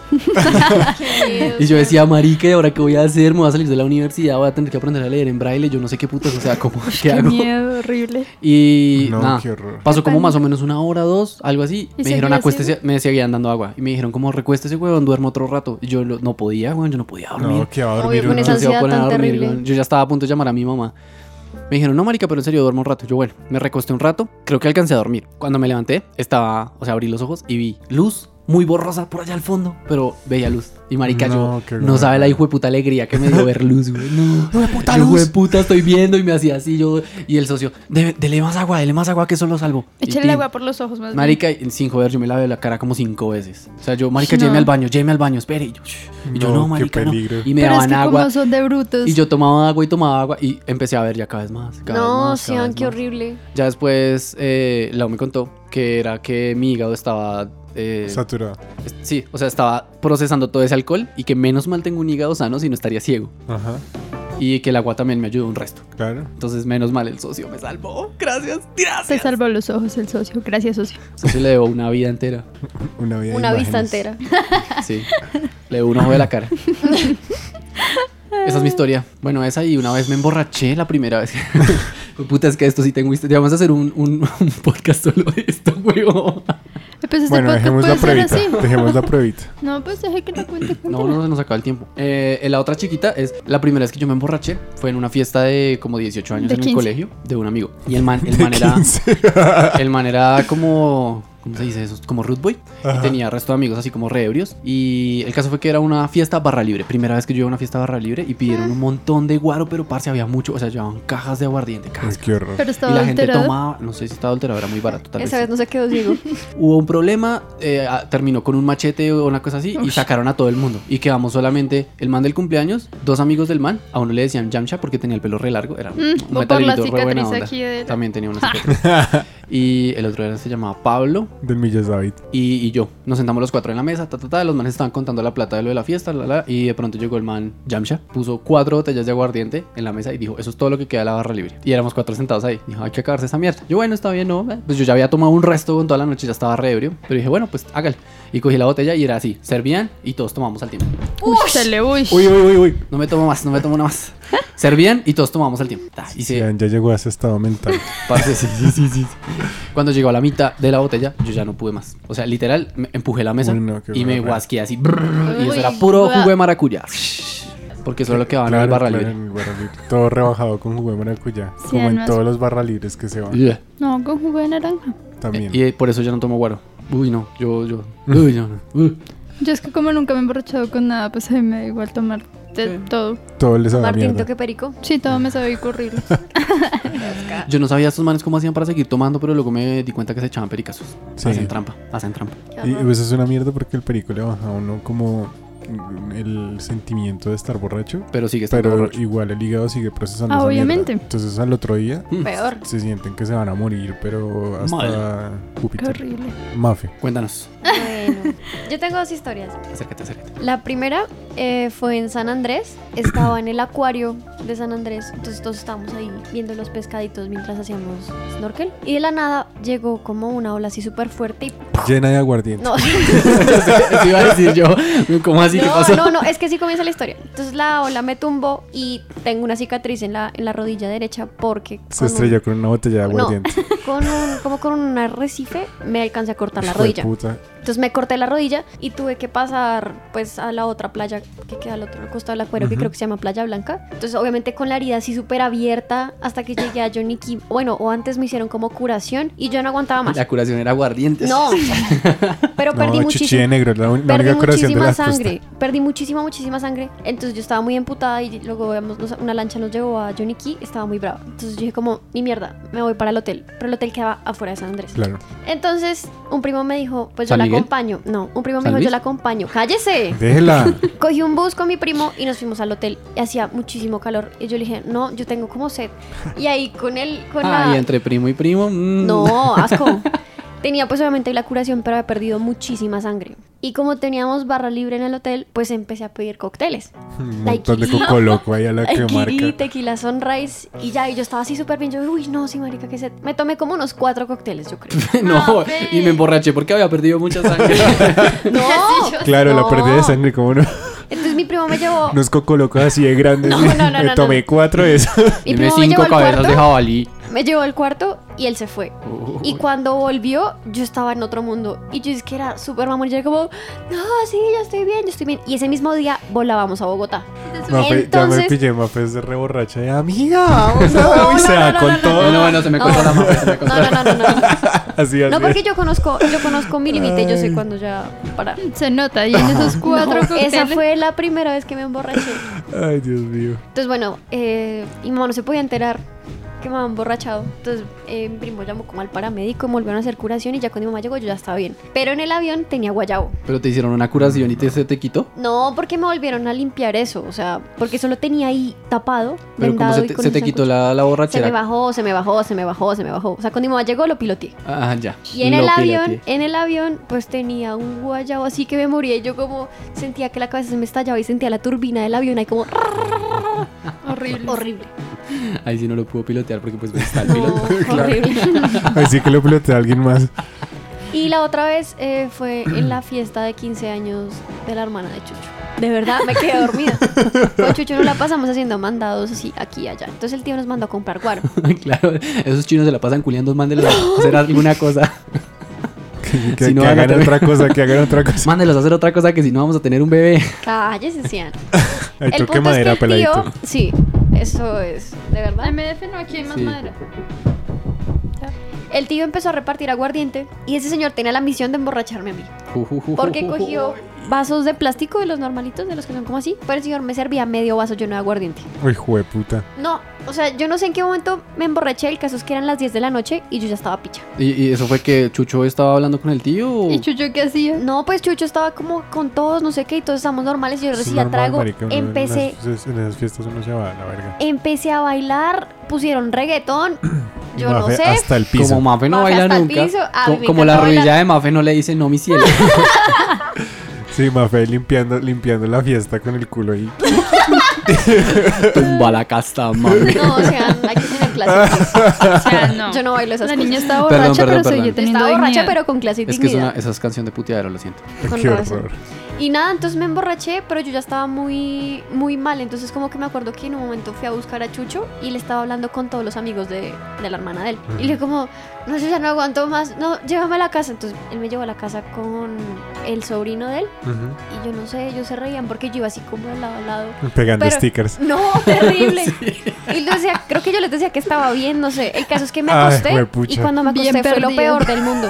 [SPEAKER 3] Y yo decía, marica, ¿y ahora qué voy a hacer? Me voy a salir de la universidad, voy a tener que aprender a leer en braille, yo no sé qué putas, o sea, ¿cómo, ¿qué
[SPEAKER 6] Qué
[SPEAKER 3] hago?
[SPEAKER 6] miedo horrible.
[SPEAKER 3] Y
[SPEAKER 4] No,
[SPEAKER 3] nada,
[SPEAKER 4] qué horror.
[SPEAKER 3] pasó
[SPEAKER 6] Qué
[SPEAKER 3] como más o
[SPEAKER 6] pánico.
[SPEAKER 3] menos una hora, dos, algo así.
[SPEAKER 6] ¿Y
[SPEAKER 3] Me dijeron,
[SPEAKER 6] seguía
[SPEAKER 3] acuéstese, me seguían dando agua. Y me dijeron, como, recuéstese, huevón, duermo otro rato. Y yo lo- no podía, weón, yo no podía dormir.
[SPEAKER 4] No, que va a
[SPEAKER 7] Obvio,
[SPEAKER 4] dormir
[SPEAKER 7] con
[SPEAKER 4] uno.
[SPEAKER 7] esa
[SPEAKER 3] Entonces iba a
[SPEAKER 7] ansiedad
[SPEAKER 3] poner a
[SPEAKER 7] tan
[SPEAKER 3] dormir,
[SPEAKER 7] terrible.
[SPEAKER 3] weón. Yo ya estaba a punto de llamar a mi mamá. Me dijeron, no, marica, pero en serio, duermo un rato. Yo, bueno, me recosté un rato. Creo que alcancé a dormir. Cuando me levanté, estaba, o sea, abrí los ojos y vi luz muy borrosa por allá al fondo, pero veía luz. Y marica,
[SPEAKER 4] No, qué
[SPEAKER 3] yo no sabe la hijo de puta alegría que me dio ver luz, güey. No, hijo de puta luz. Hijo de puta, estoy viendo y me hacía así yo. Y el socio, "De- dele más agua, dele más agua que solo salvo. Y
[SPEAKER 6] Échale
[SPEAKER 3] tin.
[SPEAKER 6] agua por los ojos más bien.
[SPEAKER 3] Marica, y sin joder, yo me lavé la cara como cinco veces. O sea, yo, marica,
[SPEAKER 6] No.
[SPEAKER 3] lléveme al baño, lléveme al baño, espere. Y yo, "Shh". Y yo,
[SPEAKER 4] No,
[SPEAKER 3] no,
[SPEAKER 4] qué
[SPEAKER 3] marica, no".
[SPEAKER 4] peligro.
[SPEAKER 3] Y me
[SPEAKER 6] Pero es
[SPEAKER 3] daban
[SPEAKER 6] que
[SPEAKER 3] agua.
[SPEAKER 6] como son de brutos.
[SPEAKER 3] Y yo tomaba agua y tomaba agua y empecé a ver ya cada vez más. cada vez
[SPEAKER 7] No,
[SPEAKER 3] más, cada
[SPEAKER 7] Sean,
[SPEAKER 3] vez
[SPEAKER 7] qué
[SPEAKER 3] más.
[SPEAKER 7] horrible.
[SPEAKER 3] Ya después, eh, Lau me contó que era que mi hígado estaba. eh,
[SPEAKER 4] Saturado.
[SPEAKER 3] es- sí, o sea, estaba procesando todo ese alcohol y que menos mal tengo un hígado sano si no estaría ciego.
[SPEAKER 4] Ajá,
[SPEAKER 3] Y que el agua también me ayudó un resto.
[SPEAKER 4] claro.
[SPEAKER 3] Entonces, menos mal el socio me salvó. Gracias,
[SPEAKER 6] Se
[SPEAKER 3] gracias.
[SPEAKER 6] salvó los ojos el socio. Gracias, socio.
[SPEAKER 3] El socio le debo una vida entera.
[SPEAKER 4] Una vida de
[SPEAKER 7] Una vista
[SPEAKER 4] Eh, imágenes.
[SPEAKER 7] entera.
[SPEAKER 3] Sí. Le debo un ojo de la cara. Esa es mi historia. Bueno, esa y una vez me emborraché la primera vez. Puta, es que esto sí tengo historia. Vamos a hacer un, un- un podcast solo de esto, huevo.
[SPEAKER 6] Pues este
[SPEAKER 4] Bueno,
[SPEAKER 6] podcast
[SPEAKER 4] dejemos la
[SPEAKER 6] puede ser
[SPEAKER 4] pruebita.
[SPEAKER 6] así.
[SPEAKER 4] Dejemos la pruebita.
[SPEAKER 6] No, pues deje que no cuente.
[SPEAKER 3] No,
[SPEAKER 6] cuéntela.
[SPEAKER 3] no se nos acaba el tiempo. Eh, la otra chiquita es la primera vez que yo me emborraché. Fue en una fiesta de como 18 años
[SPEAKER 6] De
[SPEAKER 3] en el
[SPEAKER 6] 15.
[SPEAKER 3] colegio de un amigo. Y el man, el man era. El man era como. ¿Cómo se dice eso? Como root boy. Y tenía resto de amigos así como reebrios. Y el caso fue que era una fiesta barra libre. Primera vez que yo iba a una fiesta barra libre y
[SPEAKER 6] Ah.
[SPEAKER 3] pidieron un montón de guaro, pero parce había mucho. O sea, llevaban cajas de aguardiente,
[SPEAKER 4] Ay,
[SPEAKER 3] cajas.
[SPEAKER 4] qué horror.
[SPEAKER 6] Pero
[SPEAKER 3] Y
[SPEAKER 6] estaba
[SPEAKER 3] la gente
[SPEAKER 6] alterado.
[SPEAKER 3] tomaba, no sé si estaba alterado, era muy barato. Tal vez
[SPEAKER 7] Esa
[SPEAKER 3] sí
[SPEAKER 7] vez no se quedó ciego.
[SPEAKER 3] hubo un problema, eh, a- terminó con un machete o una cosa así y sacaron a todo el mundo. Y quedamos solamente el man del cumpleaños, dos amigos del man, a uno le decían Yamcha porque tenía el pelo re largo, era un
[SPEAKER 6] o por Mm, la
[SPEAKER 3] metalito re buena
[SPEAKER 6] cicatriz
[SPEAKER 3] onda.
[SPEAKER 6] aquí de la-
[SPEAKER 3] También tenía una cicatriz. y el otro era, se llamaba Pablo
[SPEAKER 4] Del Miyazaki.
[SPEAKER 3] y, y yo. Nos sentamos los cuatro en la mesa, ta, ta, ta, los manes estaban contando la plata de lo de la fiesta, la, la, y de pronto llegó el man Yamcha, puso cuatro botellas de aguardiente en la mesa y dijo, eso es todo lo que queda de la barra libre. Y éramos cuatro sentados ahí. Dijo, hay que acabarse esa mierda. Yo, bueno, está bien, no. eh". Pues yo ya había tomado un resto con toda la noche, ya estaba re ebrio. Pero dije, bueno, pues hágale. Y cogí la botella y era así, servían y todos tomamos al tiempo.
[SPEAKER 6] Uy, sale, uy.
[SPEAKER 4] Uy, uy, uy, uy.
[SPEAKER 3] No me tomo más, no me tomo nada más. Servían y todos tomamos al tiempo. Ta, Y se,
[SPEAKER 4] Sean, ya llegó a ese estado mental.
[SPEAKER 3] Parce, sí, sí, sí, sí. Cuando llegó a la mitad de la botella, yo ya no pude más. O sea, literal, me empujé la mesa
[SPEAKER 4] Uy, no, qué
[SPEAKER 3] y me
[SPEAKER 4] barra.
[SPEAKER 3] guasqué así. brrr, y eso
[SPEAKER 6] Uy,
[SPEAKER 3] era puro
[SPEAKER 6] guau.
[SPEAKER 3] jugo de maracuyá. Porque eso es lo que van en el barra libre.
[SPEAKER 4] en el barra libre. Todo rebajado con jugo de maracuyá. como en
[SPEAKER 6] además-
[SPEAKER 4] todos los barra libres que se van.
[SPEAKER 3] Yeah.
[SPEAKER 6] No, con jugo de naranja.
[SPEAKER 4] También.
[SPEAKER 3] eh, Y eh, por eso yo no tomo guaro. Uy, no, yo, yo. Uy, no, no. Uy.
[SPEAKER 6] Yo es que como nunca me he emborrachado con nada, pues a mí me da igual tomar de todo.
[SPEAKER 4] Todo les sabe a
[SPEAKER 7] Martín,
[SPEAKER 4] mierda.
[SPEAKER 7] toque perico.
[SPEAKER 6] Sí, todo me sabe horrible.
[SPEAKER 3] Yo no sabía estos manes cómo hacían para seguir tomando, pero luego me di cuenta que se echaban pericazos.
[SPEAKER 4] Sí.
[SPEAKER 3] Hacen trampa, hacen trampa.
[SPEAKER 4] Y y eso es una mierda porque el perico le baja a uno como mm, el sentimiento de estar borracho.
[SPEAKER 3] Pero sigue estando
[SPEAKER 4] Pero
[SPEAKER 3] borracho.
[SPEAKER 4] igual el hígado sigue procesando.
[SPEAKER 6] Ah,
[SPEAKER 4] esa mierda.
[SPEAKER 6] obviamente.
[SPEAKER 4] Entonces al otro día
[SPEAKER 7] Peor.
[SPEAKER 4] se sienten que se van a morir, pero hasta
[SPEAKER 3] Mal.
[SPEAKER 6] Qué
[SPEAKER 4] Júpiter.
[SPEAKER 6] horrible.
[SPEAKER 4] Mafe.
[SPEAKER 3] Cuéntanos.
[SPEAKER 7] Bueno, yo tengo dos historias.
[SPEAKER 3] Acércate, acércate.
[SPEAKER 7] La primera eh, fue en San Andrés. Estaba en el acuario de San Andrés. Entonces todos estábamos ahí viendo los pescaditos mientras hacíamos snorkel. Y de la nada llegó como una ola así súper fuerte y...
[SPEAKER 4] Llena de aguardiente.
[SPEAKER 7] No,
[SPEAKER 3] Eso iba a decir yo. ¿Cómo así? ¿Qué
[SPEAKER 7] no,
[SPEAKER 3] pasó?
[SPEAKER 7] no, no, es que sí comienza la historia. Entonces la ola me tumbó y tengo una cicatriz en la, en la rodilla derecha porque...
[SPEAKER 4] Se
[SPEAKER 7] con un-
[SPEAKER 4] estrella con una botella de aguardiente.
[SPEAKER 7] con un, como con un arrecife me alcancé a cortar la
[SPEAKER 4] Hijo de
[SPEAKER 7] rodilla.
[SPEAKER 4] puta.
[SPEAKER 7] Entonces me corté la rodilla y tuve que pasar pues a la otra playa que queda al otro costado del acuario, que creo que se llama Playa Blanca. Entonces, obviamente con la herida así súper abierta hasta que llegué a Johnny Kim. Bueno, o antes me hicieron como curación y yo no aguantaba más.
[SPEAKER 3] La curación era aguardientes.
[SPEAKER 7] No, pero
[SPEAKER 4] No,
[SPEAKER 7] perdí
[SPEAKER 4] chichi
[SPEAKER 7] muchísimo.
[SPEAKER 4] de negro, la un- la
[SPEAKER 7] perdí
[SPEAKER 4] única curación de
[SPEAKER 7] muchísima
[SPEAKER 4] la
[SPEAKER 7] sangre. Perdí muchísima, muchísima sangre. Entonces yo estaba muy emputada y luego digamos, nos- una lancha nos llevó a Johnny Key. Estaba muy brava. Entonces yo dije como, ni mierda, me voy para el hotel. Pero el hotel quedaba afuera de San Andrés.
[SPEAKER 4] Claro.
[SPEAKER 7] Entonces un primo me dijo, pues yo
[SPEAKER 3] ¿San
[SPEAKER 7] la
[SPEAKER 3] Miguel?
[SPEAKER 7] acompaño. No, un primo me
[SPEAKER 3] ¿San
[SPEAKER 7] dijo,
[SPEAKER 3] Luis?
[SPEAKER 7] yo la acompaño. ¡Cállese!
[SPEAKER 4] Déjela.
[SPEAKER 7] Cogí un bus con mi primo y nos fuimos al hotel. Y hacía muchísimo calor. Y yo le dije, no, yo tengo como sed. Y ahí con él, con
[SPEAKER 3] Ah,
[SPEAKER 7] la...
[SPEAKER 3] y entre primo y primo. mm.
[SPEAKER 7] No, asco. Tenía pues obviamente la curación, pero había perdido muchísima sangre. Y como teníamos barra libre en el hotel, pues empecé a pedir cócteles.
[SPEAKER 4] Un montón de
[SPEAKER 7] Daiquiri.
[SPEAKER 4] coco loco ahí a la que
[SPEAKER 7] Daiquiri,
[SPEAKER 4] marca.
[SPEAKER 7] tequila sunrise y ya, y yo estaba así súper bien. Yo, uy, no, sí, marica, que se... Me tomé como unos cuatro cócteles, yo creo.
[SPEAKER 3] No,
[SPEAKER 7] Ah,
[SPEAKER 3] y me emborraché porque había perdido mucha sangre.
[SPEAKER 7] ¡No!
[SPEAKER 4] Claro, la pérdida de
[SPEAKER 7] No.
[SPEAKER 4] sangre, como no.
[SPEAKER 7] Entonces mi primo me llevó...
[SPEAKER 4] Unos coco locos así de grandes.
[SPEAKER 7] No, no, no,
[SPEAKER 4] Me
[SPEAKER 7] no,
[SPEAKER 4] tomé
[SPEAKER 7] no.
[SPEAKER 4] cuatro de esos.
[SPEAKER 7] Mi
[SPEAKER 3] Tiene
[SPEAKER 7] primo me
[SPEAKER 3] cinco
[SPEAKER 7] llevó al
[SPEAKER 3] cabezas de
[SPEAKER 7] cuarto,
[SPEAKER 3] jabalí.
[SPEAKER 7] me llevó al cuarto y él se fue. Y cuando volvió, yo estaba en otro mundo. Y yo es que era súper mamón. Yo era como, no, sí, yo estoy bien, yo estoy bien. Y ese mismo día volábamos a Bogotá.
[SPEAKER 4] Mafe, ya me
[SPEAKER 7] Entonces-
[SPEAKER 4] pillé, Mafe es de reborracha. de, Amiga, vamos a Uy, se
[SPEAKER 7] no,
[SPEAKER 4] da
[SPEAKER 7] no,
[SPEAKER 4] con
[SPEAKER 7] no, no,
[SPEAKER 4] todo.
[SPEAKER 3] Bueno, bueno, se me
[SPEAKER 7] No.
[SPEAKER 3] cortó la mano. se me cortó
[SPEAKER 7] No, no, no, no, no.
[SPEAKER 4] Así, así.
[SPEAKER 7] No, porque yo conozco, yo conozco mi límite, yo sé cuándo ya parar.
[SPEAKER 6] Se nota, y en esos cuatro
[SPEAKER 7] No,
[SPEAKER 6] cócteles.
[SPEAKER 7] esa fue la primera vez que me emborraché.
[SPEAKER 4] Ay, Dios mío.
[SPEAKER 7] Entonces, bueno, eh, y mamá no se podía enterar que me había emborrachado. Entonces, eh, mi primo llamó como al paramédico, me volvieron a hacer curación y ya cuando mi mamá llegó yo ya estaba bien. Pero en el avión tenía guayabo.
[SPEAKER 3] Pero te hicieron una curación y te, se te quitó.
[SPEAKER 7] No, porque me volvieron a limpiar eso, o sea, porque eso lo tenía ahí tapado,
[SPEAKER 3] Pero como
[SPEAKER 7] vendado
[SPEAKER 3] se
[SPEAKER 7] y
[SPEAKER 3] te,
[SPEAKER 7] con
[SPEAKER 3] se
[SPEAKER 7] un
[SPEAKER 3] te quitó
[SPEAKER 7] sancocho.
[SPEAKER 3] la, la
[SPEAKER 7] Se me
[SPEAKER 3] borrachera.
[SPEAKER 7] bajó, se me bajó, se me bajó, se me bajó. O sea, cuando mi mamá llegó lo piloteé.
[SPEAKER 3] Ah, ya.
[SPEAKER 7] Y en
[SPEAKER 3] Lo
[SPEAKER 7] el
[SPEAKER 3] piloteé.
[SPEAKER 7] avión, en el avión, pues tenía un guayabo así que me moría y yo como sentía que la cabeza se me estallaba y sentía la turbina del avión ahí como horrible. Horrible.
[SPEAKER 3] Ahí sí no lo pudo pilotear porque pues está el
[SPEAKER 7] No,
[SPEAKER 3] piloto.
[SPEAKER 7] horrible.
[SPEAKER 4] Así que lo pilotea alguien más.
[SPEAKER 7] Y la otra vez eh, fue en la fiesta de 15 años de la hermana de Chucho. De verdad, me quedé dormida. Con Chucho no la pasamos haciendo mandados así aquí y allá. Entonces el tío nos mandó a comprar guaro.
[SPEAKER 3] claro, esos chinos se la pasan culiando, mándelos a hacer alguna cosa.
[SPEAKER 4] Que, que
[SPEAKER 3] Si no,
[SPEAKER 4] hagan
[SPEAKER 3] hágate-
[SPEAKER 4] otra cosa, que hagan otra cosa.
[SPEAKER 3] Mándelos a hacer otra cosa que si no vamos a tener un bebé.
[SPEAKER 7] Cállese, Cian.
[SPEAKER 4] Ay, toque
[SPEAKER 7] es
[SPEAKER 4] madera,
[SPEAKER 7] el tío-
[SPEAKER 4] peladito.
[SPEAKER 7] Sí, eso es, de verdad.
[SPEAKER 6] MDF no, aquí hay más
[SPEAKER 3] Sí.
[SPEAKER 6] madera.
[SPEAKER 7] El tío empezó a repartir aguardiente y ese señor tenía la misión de emborracharme a mí. Porque cogió vasos de plástico de los normalitos, de los que son como así. Pero el señor me servía medio vaso lleno de aguardiente.
[SPEAKER 4] Uy, jueputa.
[SPEAKER 7] No, o sea, yo no sé en qué momento me emborraché. El caso es que eran las 10 de la noche y yo ya estaba picha.
[SPEAKER 3] ¿Y, y eso fue que Chucho estaba hablando con el tío? o-
[SPEAKER 6] ¿Y Chucho qué hacía?
[SPEAKER 7] No, pues Chucho estaba como con todos, no sé qué, y todos estamos normales. Y yo
[SPEAKER 4] Eso es
[SPEAKER 7] recibía
[SPEAKER 4] normal,
[SPEAKER 7] trago.
[SPEAKER 4] marica, uno en
[SPEAKER 7] empecé,
[SPEAKER 4] las- En esas, fiestas uno se va a la verga.
[SPEAKER 7] empecé a bailar, pusieron reggaetón. Yo no
[SPEAKER 4] Mafe,
[SPEAKER 7] sé.
[SPEAKER 4] Hasta el piso.
[SPEAKER 3] Como Mafe no
[SPEAKER 7] Mafe
[SPEAKER 3] baila
[SPEAKER 7] hasta el
[SPEAKER 3] nunca.
[SPEAKER 7] piso. Ah,
[SPEAKER 3] co-
[SPEAKER 7] me
[SPEAKER 3] como la
[SPEAKER 7] encanta
[SPEAKER 3] rodilla
[SPEAKER 7] bailar.
[SPEAKER 3] de Mafe no le dice no, mi cielo.
[SPEAKER 4] Sí, Mafe limpiando, limpiando la fiesta con el culo ahí.
[SPEAKER 3] Tumba la casta, mami.
[SPEAKER 7] No, o sea, hay que tener clases.
[SPEAKER 6] O sea, no.
[SPEAKER 7] Yo no bailo esas
[SPEAKER 6] La
[SPEAKER 7] cosas.
[SPEAKER 6] niña estaba
[SPEAKER 3] Perdón,
[SPEAKER 6] borracha,
[SPEAKER 3] perdón,
[SPEAKER 6] pero seguía
[SPEAKER 3] perdón.
[SPEAKER 6] teniendo
[SPEAKER 7] Estaba borracha,
[SPEAKER 6] dignidad.
[SPEAKER 7] pero con clase y
[SPEAKER 3] Es que es una,
[SPEAKER 7] dignidad.
[SPEAKER 3] esa es canción de puteadero, lo siento.
[SPEAKER 7] Con
[SPEAKER 4] Qué
[SPEAKER 7] razón.
[SPEAKER 4] horror.
[SPEAKER 7] Y nada, entonces me emborraché, pero yo ya estaba muy, muy mal. Entonces como que me acuerdo que en un momento fui a buscar a Chucho y le estaba hablando con todos los amigos de, de la hermana de él. Y le dije como, no, yo ya no aguanto más, no, llévame a la casa. Entonces él me llevó a la casa con el sobrino de él
[SPEAKER 4] Ujú.
[SPEAKER 7] y yo no sé, ellos se reían porque yo iba así como de lado a lado.
[SPEAKER 4] Pegando
[SPEAKER 7] Pero-
[SPEAKER 4] stickers.
[SPEAKER 7] No, terrible. Y yo decía, creo que yo les decía que estaba bien, no sé. El caso es que me
[SPEAKER 4] Ay,
[SPEAKER 7] acosté
[SPEAKER 4] juepucha.
[SPEAKER 7] y cuando me acosté
[SPEAKER 6] Bien
[SPEAKER 7] fue lo
[SPEAKER 6] perdido.
[SPEAKER 7] peor del mundo.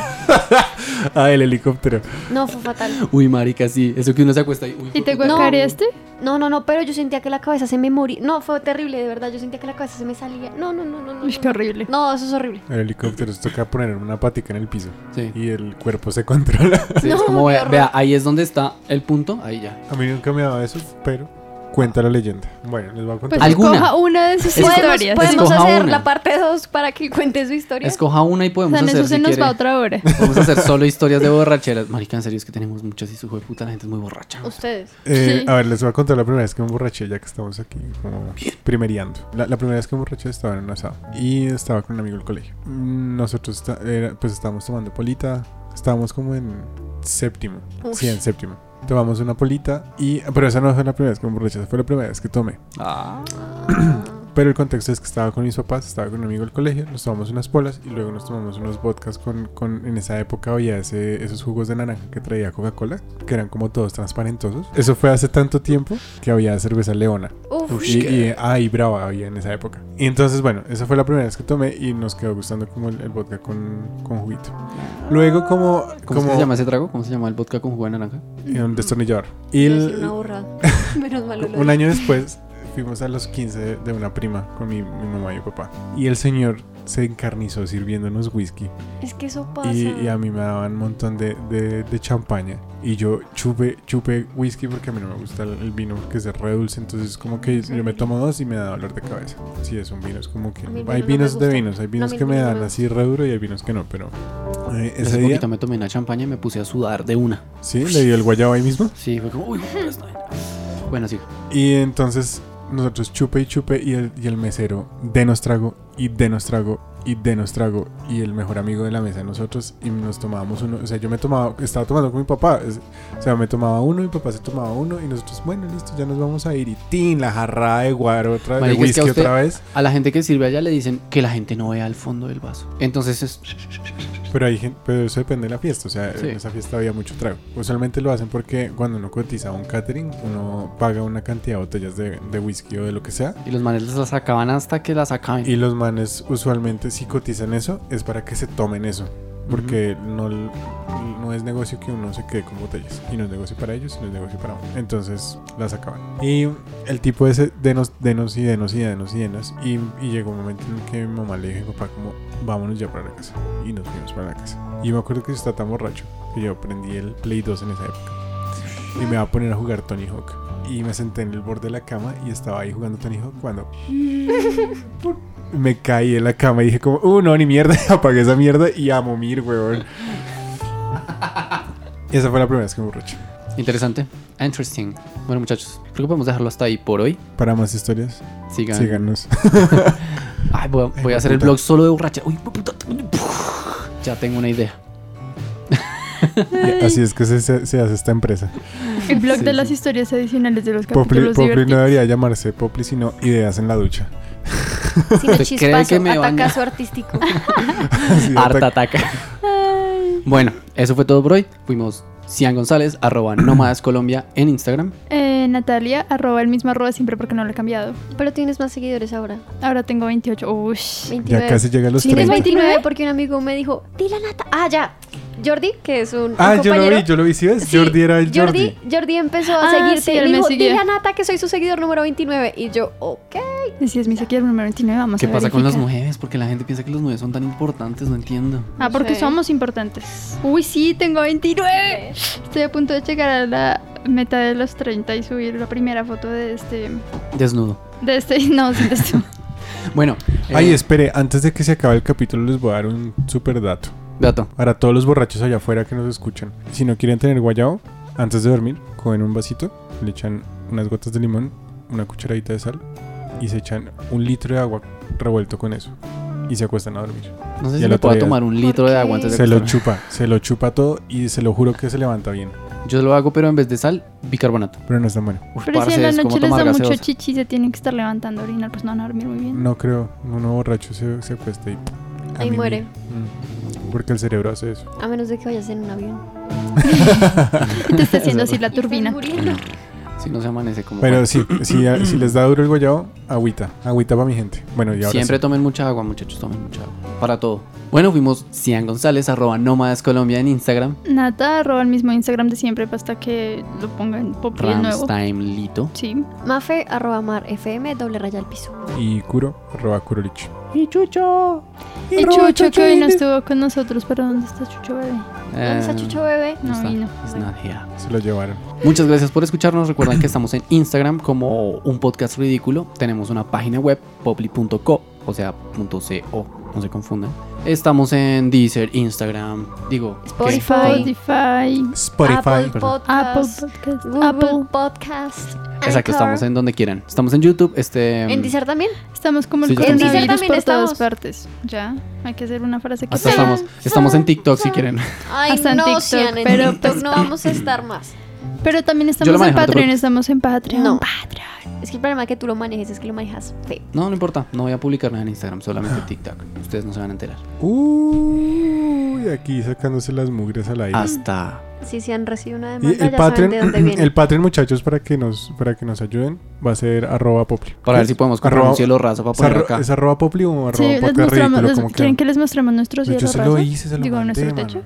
[SPEAKER 4] Ah, el helicóptero.
[SPEAKER 7] No, fue fatal.
[SPEAKER 3] Uy, marica, sí. Eso que uno se acuesta y... Uy,
[SPEAKER 6] ¿Y te
[SPEAKER 3] puta.
[SPEAKER 6] guacareaste?
[SPEAKER 7] No, no, no, pero yo sentía que la cabeza se me moría. No, fue terrible, de verdad. Yo sentía que la cabeza se me salía. No, no, no, no. no,
[SPEAKER 6] Uy,
[SPEAKER 7] no.
[SPEAKER 6] qué horrible.
[SPEAKER 7] No, eso es horrible.
[SPEAKER 4] El helicóptero se toca poner una patica en el piso.
[SPEAKER 3] Sí.
[SPEAKER 4] Y el cuerpo se controla.
[SPEAKER 3] Sí, es
[SPEAKER 7] No,
[SPEAKER 3] como,
[SPEAKER 7] qué
[SPEAKER 3] vea,
[SPEAKER 7] horror.
[SPEAKER 3] vea, ahí es donde está el punto. Ahí ya.
[SPEAKER 4] A mí nunca me daba eso, pero cuenta la leyenda. Bueno, les voy a contar.
[SPEAKER 3] Pues- ¿Alguna?
[SPEAKER 6] Coja una de sus
[SPEAKER 3] Esco-
[SPEAKER 7] Podemos,
[SPEAKER 6] historias.
[SPEAKER 3] puede-
[SPEAKER 7] podemos
[SPEAKER 3] Escoja
[SPEAKER 7] hacer
[SPEAKER 3] una.
[SPEAKER 7] la parte 2 para que cuente su historia.
[SPEAKER 3] Escoja una y
[SPEAKER 6] O
[SPEAKER 3] podemos
[SPEAKER 6] sea, en
[SPEAKER 3] hacer.
[SPEAKER 6] eso se
[SPEAKER 3] si
[SPEAKER 6] nos
[SPEAKER 3] quiere.
[SPEAKER 6] va otra hora.
[SPEAKER 3] Vamos a hacer solo historias de borracheras. Marica, en serio es que tenemos muchas y su hijo de puta, la gente es muy borracha.
[SPEAKER 7] Ustedes.
[SPEAKER 4] Eh,
[SPEAKER 6] Sí.
[SPEAKER 4] A ver, les voy a contar la primera vez que me emborraché, ya que estamos aquí como primeriando. La, la primera vez que me emborraché estaba en un asado y estaba con un amigo del colegio. Mm, Nosotros esta- era- pues estábamos tomando polita, estábamos como en séptimo.
[SPEAKER 7] Ush.
[SPEAKER 4] Sí, en séptimo. Tomamos una polita y... Pero esa no fue la primera vez que me emborraché, esa fue la primera vez que tomé.
[SPEAKER 3] Ah,
[SPEAKER 4] Pero el contexto es que estaba con mis papás, estaba con un amigo del colegio, nos tomamos unas polas y luego nos tomamos unos vodkas con, con en esa época había ese- esos jugos de naranja que traía Coca-Cola, que eran como todos transparentosos. Eso fue hace tanto tiempo que había cerveza leona.
[SPEAKER 7] Uf.
[SPEAKER 4] Y, y, ah, y brava había en esa época. Y entonces, bueno, esa fue la primera vez que tomé y nos quedó gustando como el, el vodka con, con juguito. Luego como...
[SPEAKER 3] ¿Cómo,
[SPEAKER 4] como
[SPEAKER 3] se llama ese trago? ¿Cómo se llama el vodka con jugo de naranja?
[SPEAKER 4] eh, Un destornillador. Y
[SPEAKER 7] Iba a
[SPEAKER 4] el-
[SPEAKER 7] decir una burrada. Menos mal lo
[SPEAKER 4] un
[SPEAKER 7] dije.
[SPEAKER 4] año después fuimos a los 15 de una prima con mi, mi mamá y mi papá. Y el señor se encarnizó sirviéndonos whisky.
[SPEAKER 7] Es que eso pasa.
[SPEAKER 4] Y, y a mí me daban un montón de, de- de champaña. Y yo chupé, chupé whisky porque a mí no me gusta el, el vino porque es re dulce. Entonces como que yo me tomo dos y me da dolor de cabeza. Si es un vino, es como que...
[SPEAKER 7] A mí el
[SPEAKER 4] hay
[SPEAKER 7] vino no
[SPEAKER 4] vinos
[SPEAKER 7] me
[SPEAKER 4] de
[SPEAKER 7] gusta.
[SPEAKER 4] vinos, hay vinos
[SPEAKER 7] a mí
[SPEAKER 4] que
[SPEAKER 7] el
[SPEAKER 4] me
[SPEAKER 7] vino no me
[SPEAKER 4] dan así re duro y hay vinos que no, pero... eh, ese
[SPEAKER 3] Hace
[SPEAKER 4] día,
[SPEAKER 3] poquito me tomé una champaña y me puse a sudar de una.
[SPEAKER 4] sí, le dio el guayabo ahí mismo.
[SPEAKER 3] Sí, fue como, uy, puta, esta vaina". Bueno, sí.
[SPEAKER 4] Y entonces nosotros chupe y chupe y el, y el mesero denos trago y denos trago y denos trago y el mejor amigo de la mesa de nosotros y nos tomábamos uno, o sea, yo me tomaba, estaba tomando con mi papá, es- o sea, me tomaba uno, mi papá se tomaba uno y nosotros, bueno, listo, ya nos vamos a ir y tin, la jarrada de guaro otra vez, de
[SPEAKER 3] Marica, es que
[SPEAKER 4] whisky
[SPEAKER 3] a usted-
[SPEAKER 4] otra vez,
[SPEAKER 3] A la gente que sirve allá le dicen que la gente no vea el fondo del vaso. Entonces es...
[SPEAKER 4] pero hay gente, pero eso depende de la fiesta, o sea,
[SPEAKER 3] Sí.
[SPEAKER 4] en esa fiesta había mucho trago. Usualmente lo hacen porque cuando uno cotiza un catering, uno paga una cantidad de botellas de, de whisky o de lo que sea
[SPEAKER 3] Y los manes las sacaban hasta que las sacaban.
[SPEAKER 4] Y los manes usualmente si cotizan eso es para que se tomen eso. Porque no, l- no es negocio que uno se quede con botellas. Y no es negocio para ellos, y no es negocio para uno. Entonces las acaban. Y el tipo ese denos, denos y denos y denos y denos. Y, y llegó un momento en que mi mamá le dijo, papá, como vámonos ya para la casa. Y nos fuimos para la casa. Y me acuerdo que yo estaba tan borracho que yo prendí el Play 2 en esa época. Y me iba a poner a jugar Tony Hawk. Y me senté en el borde de la cama y estaba ahí jugando Tony Hawk cuando me caí en la cama y dije como, uh, no, ni mierda, apagué esa mierda y a momir, weón. Y esa fue la primera vez que me borracho.
[SPEAKER 3] Interesante. Interesting. Bueno, muchachos, creo que podemos dejarlo hasta ahí por hoy.
[SPEAKER 4] Para más historias,
[SPEAKER 3] Sigan.
[SPEAKER 4] síganos.
[SPEAKER 3] Ay, voy a, voy a hacer el
[SPEAKER 4] puta.
[SPEAKER 3] blog solo de borracha. Uy, puta. Ya tengo una idea.
[SPEAKER 4] Y Así es que se, se- se hace esta empresa.
[SPEAKER 6] El blog
[SPEAKER 3] Sí,
[SPEAKER 6] de
[SPEAKER 3] sí.
[SPEAKER 6] las historias adicionales de los
[SPEAKER 4] Popli,
[SPEAKER 6] capítulos
[SPEAKER 4] Popli no
[SPEAKER 6] divertidos.
[SPEAKER 4] debería llamarse Popli, sino Ideas en la Ducha.
[SPEAKER 7] Sino
[SPEAKER 3] ¿Usted cree
[SPEAKER 7] chispazo,
[SPEAKER 3] que me van a-
[SPEAKER 7] atacazo artístico.
[SPEAKER 4] Así de
[SPEAKER 3] Harta
[SPEAKER 4] ataque.
[SPEAKER 3] ataca. Bueno, eso fue todo por hoy. Fuimos Cian González, arroba Nómadas Colombia en Instagram.
[SPEAKER 6] Eh, Natalia, arroba el mismo arroba siempre porque no lo he cambiado.
[SPEAKER 7] Pero tienes más seguidores ahora.
[SPEAKER 6] Ahora tengo 28. Ush.
[SPEAKER 7] 29.
[SPEAKER 4] Ya casi llega a los
[SPEAKER 6] Sí,
[SPEAKER 7] Tienes
[SPEAKER 4] 30.
[SPEAKER 7] 29 porque un amigo me dijo, di la nata. Ah, ya. Jordi, que es un. un
[SPEAKER 4] Ah, yo lo
[SPEAKER 7] compañero-
[SPEAKER 4] vi, yo lo vi, ¿sí ves?
[SPEAKER 7] Sí,
[SPEAKER 4] Jordi era el Jordi.
[SPEAKER 7] Jordi. Jordi empezó a
[SPEAKER 6] Ah,
[SPEAKER 7] seguirte
[SPEAKER 6] sí,
[SPEAKER 7] y
[SPEAKER 6] él
[SPEAKER 7] me
[SPEAKER 6] me
[SPEAKER 7] dijo,
[SPEAKER 6] sigue.
[SPEAKER 7] dile a Nata que soy su seguidor número 29. Y yo, ok.
[SPEAKER 6] Y si es mi seguidor número 29, vamos
[SPEAKER 3] ¿Qué
[SPEAKER 6] a
[SPEAKER 3] pasa con las
[SPEAKER 6] verificar.
[SPEAKER 3] mujeres? Porque la gente piensa que los mujeres son tan importantes, no entiendo.
[SPEAKER 6] Ah, porque
[SPEAKER 7] Sí.
[SPEAKER 6] somos importantes. Uy, sí, tengo 29. Estoy a punto de llegar a la meta de los 30 y subir la primera foto de este.
[SPEAKER 3] Desnudo.
[SPEAKER 6] De este. No, sí, de este.
[SPEAKER 3] Bueno,
[SPEAKER 4] Ay,
[SPEAKER 3] eh,
[SPEAKER 4] espere, antes de que se acabe el capítulo les voy a dar un super dato.
[SPEAKER 3] Dato.
[SPEAKER 4] Para todos los borrachos allá afuera que nos escuchan, si no quieren tener guayao, antes de dormir, cogen un vasito, le echan unas gotas de limón, una cucharadita de sal y se echan un litro de agua revuelto con eso y se acuestan a dormir.
[SPEAKER 3] No sé
[SPEAKER 4] Y
[SPEAKER 3] si
[SPEAKER 4] el
[SPEAKER 3] me
[SPEAKER 4] otro
[SPEAKER 3] puedo
[SPEAKER 4] día-
[SPEAKER 3] tomar un litro
[SPEAKER 7] ¿Por
[SPEAKER 3] de
[SPEAKER 7] qué?
[SPEAKER 3] agua antes de
[SPEAKER 4] Se lo
[SPEAKER 3] acostarme.
[SPEAKER 4] chupa, se lo chupa todo y se lo juro que se levanta bien,
[SPEAKER 3] Yo lo hago, pero en vez de sal, bicarbonato.
[SPEAKER 4] pero no es tan bueno.
[SPEAKER 3] Uf,
[SPEAKER 6] Pero si
[SPEAKER 3] parce,
[SPEAKER 6] en la
[SPEAKER 3] es como
[SPEAKER 6] noche les
[SPEAKER 3] tomar
[SPEAKER 6] da mucho
[SPEAKER 3] gaseosa.
[SPEAKER 6] chichi, se tienen que estar levantando a orinar, pues no van a dormir muy bien.
[SPEAKER 4] No creo, uno borracho se, se acuesta y... a
[SPEAKER 7] Ahí
[SPEAKER 4] mimir.
[SPEAKER 7] muere.
[SPEAKER 4] Mm, Porque el cerebro hace eso.
[SPEAKER 7] A menos de que vayas en un avión.
[SPEAKER 6] Y te está haciendo así la turbina.
[SPEAKER 7] Y estás muriendo.
[SPEAKER 3] Si no se amanece como...
[SPEAKER 4] Pero
[SPEAKER 3] bueno.
[SPEAKER 4] sí, si, si les da duro el guayao, agüita, agüita para mi gente. Bueno, y ahora
[SPEAKER 3] Siempre
[SPEAKER 4] sí.
[SPEAKER 3] tomen mucha agua, muchachos, tomen mucha agua. Para todo. Bueno, fuimos Cian González, arroba Nómadas Colombia en Instagram.
[SPEAKER 6] Nata, arroba el mismo Instagram de siempre pues, hasta que lo pongan popli el nuevo.
[SPEAKER 3] Ramstein Lito.
[SPEAKER 6] Sí.
[SPEAKER 7] Mafe, arroba mar, fm, doble raya al piso.
[SPEAKER 4] y Kuro, arroba Kurolich.
[SPEAKER 6] Y Chucho que hoy no estuvo con nosotros, pero ¿dónde está Chucho bebé?
[SPEAKER 4] Ah.
[SPEAKER 7] ¿Dónde está
[SPEAKER 3] Eh,
[SPEAKER 7] Chucho Bebé?
[SPEAKER 3] no
[SPEAKER 6] No
[SPEAKER 3] está.
[SPEAKER 6] vino.
[SPEAKER 3] It's not here.
[SPEAKER 4] Se lo llevaron.
[SPEAKER 3] Muchas gracias por escucharnos. Recuerden que estamos en Instagram como un podcast ridículo. Tenemos una página web, popli.co, o sea, punto .co, no se confundan. Estamos en Deezer, Instagram, digo, ¿qué?
[SPEAKER 7] Spotify.
[SPEAKER 6] Spotify,
[SPEAKER 4] Spotify.
[SPEAKER 7] Apple
[SPEAKER 4] perdón.
[SPEAKER 6] Apple
[SPEAKER 7] Podcast.
[SPEAKER 6] Podcast,
[SPEAKER 7] Ah, Google
[SPEAKER 6] Apple.
[SPEAKER 7] Podcast.
[SPEAKER 3] Exacto,
[SPEAKER 7] Anchor.
[SPEAKER 3] estamos en donde quieran. Estamos en YouTube, este...
[SPEAKER 7] ¿En Deezer también?
[SPEAKER 6] Estamos como el
[SPEAKER 3] Sí, ya estamos.
[SPEAKER 6] coronavirus
[SPEAKER 7] En Deezer también
[SPEAKER 6] por todas
[SPEAKER 7] estamos.
[SPEAKER 6] partes. Ya, hay que hacer una frase que
[SPEAKER 3] hasta
[SPEAKER 6] sea.
[SPEAKER 3] estamos, estamos en TikTok si quieren.
[SPEAKER 7] Ay,
[SPEAKER 6] Hasta en
[SPEAKER 7] no,
[SPEAKER 6] TikTok,
[SPEAKER 7] Sian, en
[SPEAKER 6] pero
[SPEAKER 7] TikTok
[SPEAKER 6] pues-
[SPEAKER 7] no vamos a estar más.
[SPEAKER 6] Pero también
[SPEAKER 3] Yo
[SPEAKER 6] estamos
[SPEAKER 3] lo manejo, no
[SPEAKER 6] en
[SPEAKER 3] te
[SPEAKER 6] Patreon,
[SPEAKER 3] preocupes.
[SPEAKER 6] estamos en Patreon.
[SPEAKER 7] No.
[SPEAKER 6] Patreon.
[SPEAKER 7] Es que el problema que tú lo manejes es que lo manejas feo.
[SPEAKER 3] No, no importa. No voy a publicar nada en Instagram, solamente
[SPEAKER 6] Ah.
[SPEAKER 3] TikTok. Ustedes no se van a enterar.
[SPEAKER 4] Uy, aquí sacándose las mugres al
[SPEAKER 3] Ah,
[SPEAKER 4] aire.
[SPEAKER 3] Hasta.
[SPEAKER 7] Si se han recibido una
[SPEAKER 4] Y
[SPEAKER 7] demanda,
[SPEAKER 4] el
[SPEAKER 7] ya saben
[SPEAKER 4] Patreon,
[SPEAKER 7] de dónde viene.
[SPEAKER 4] el Patreon, muchachos, para que nos, para que nos ayuden, va a ser arroba popli.
[SPEAKER 3] Para ver si podemos comprar
[SPEAKER 4] Arroba-
[SPEAKER 3] un cielo raso para
[SPEAKER 4] es
[SPEAKER 3] poner
[SPEAKER 4] arro-
[SPEAKER 3] acá.
[SPEAKER 4] ¿Es arroba popli o arroba
[SPEAKER 6] Sí, les
[SPEAKER 4] podcast
[SPEAKER 6] mostramos,
[SPEAKER 4] ridículo?
[SPEAKER 6] les-
[SPEAKER 4] como
[SPEAKER 6] ¿Quieren que les mostremos nuestro
[SPEAKER 4] De
[SPEAKER 6] cielo
[SPEAKER 4] hecho, se lo
[SPEAKER 6] raso?
[SPEAKER 4] hice, se lo
[SPEAKER 6] Digo,
[SPEAKER 4] mandé,
[SPEAKER 6] nuestro
[SPEAKER 4] mano.
[SPEAKER 6] techo.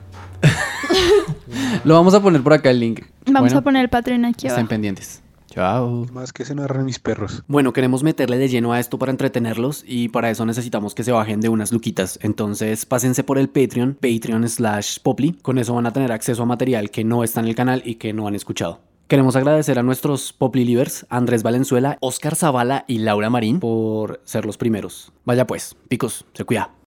[SPEAKER 3] Lo vamos a poner por acá el link.
[SPEAKER 6] Vamos
[SPEAKER 3] Bueno,
[SPEAKER 6] a poner el Patreon aquí
[SPEAKER 3] Estén
[SPEAKER 6] abajo.
[SPEAKER 3] pendientes. Chao.
[SPEAKER 8] Más que se narran mis perros.
[SPEAKER 3] Bueno, queremos meterle de lleno a esto para entretenerlos y para eso necesitamos que se bajen de unas luquitas. Entonces, pásense por el Patreon, Patreon slash Poply. Con eso van a tener acceso a material que no está en el canal y que no han escuchado. Queremos agradecer a nuestros Poply Livers, Andrés Valenzuela, Oscar Zavala y Laura Marín por ser los primeros. Vaya pues, picos, se cuida.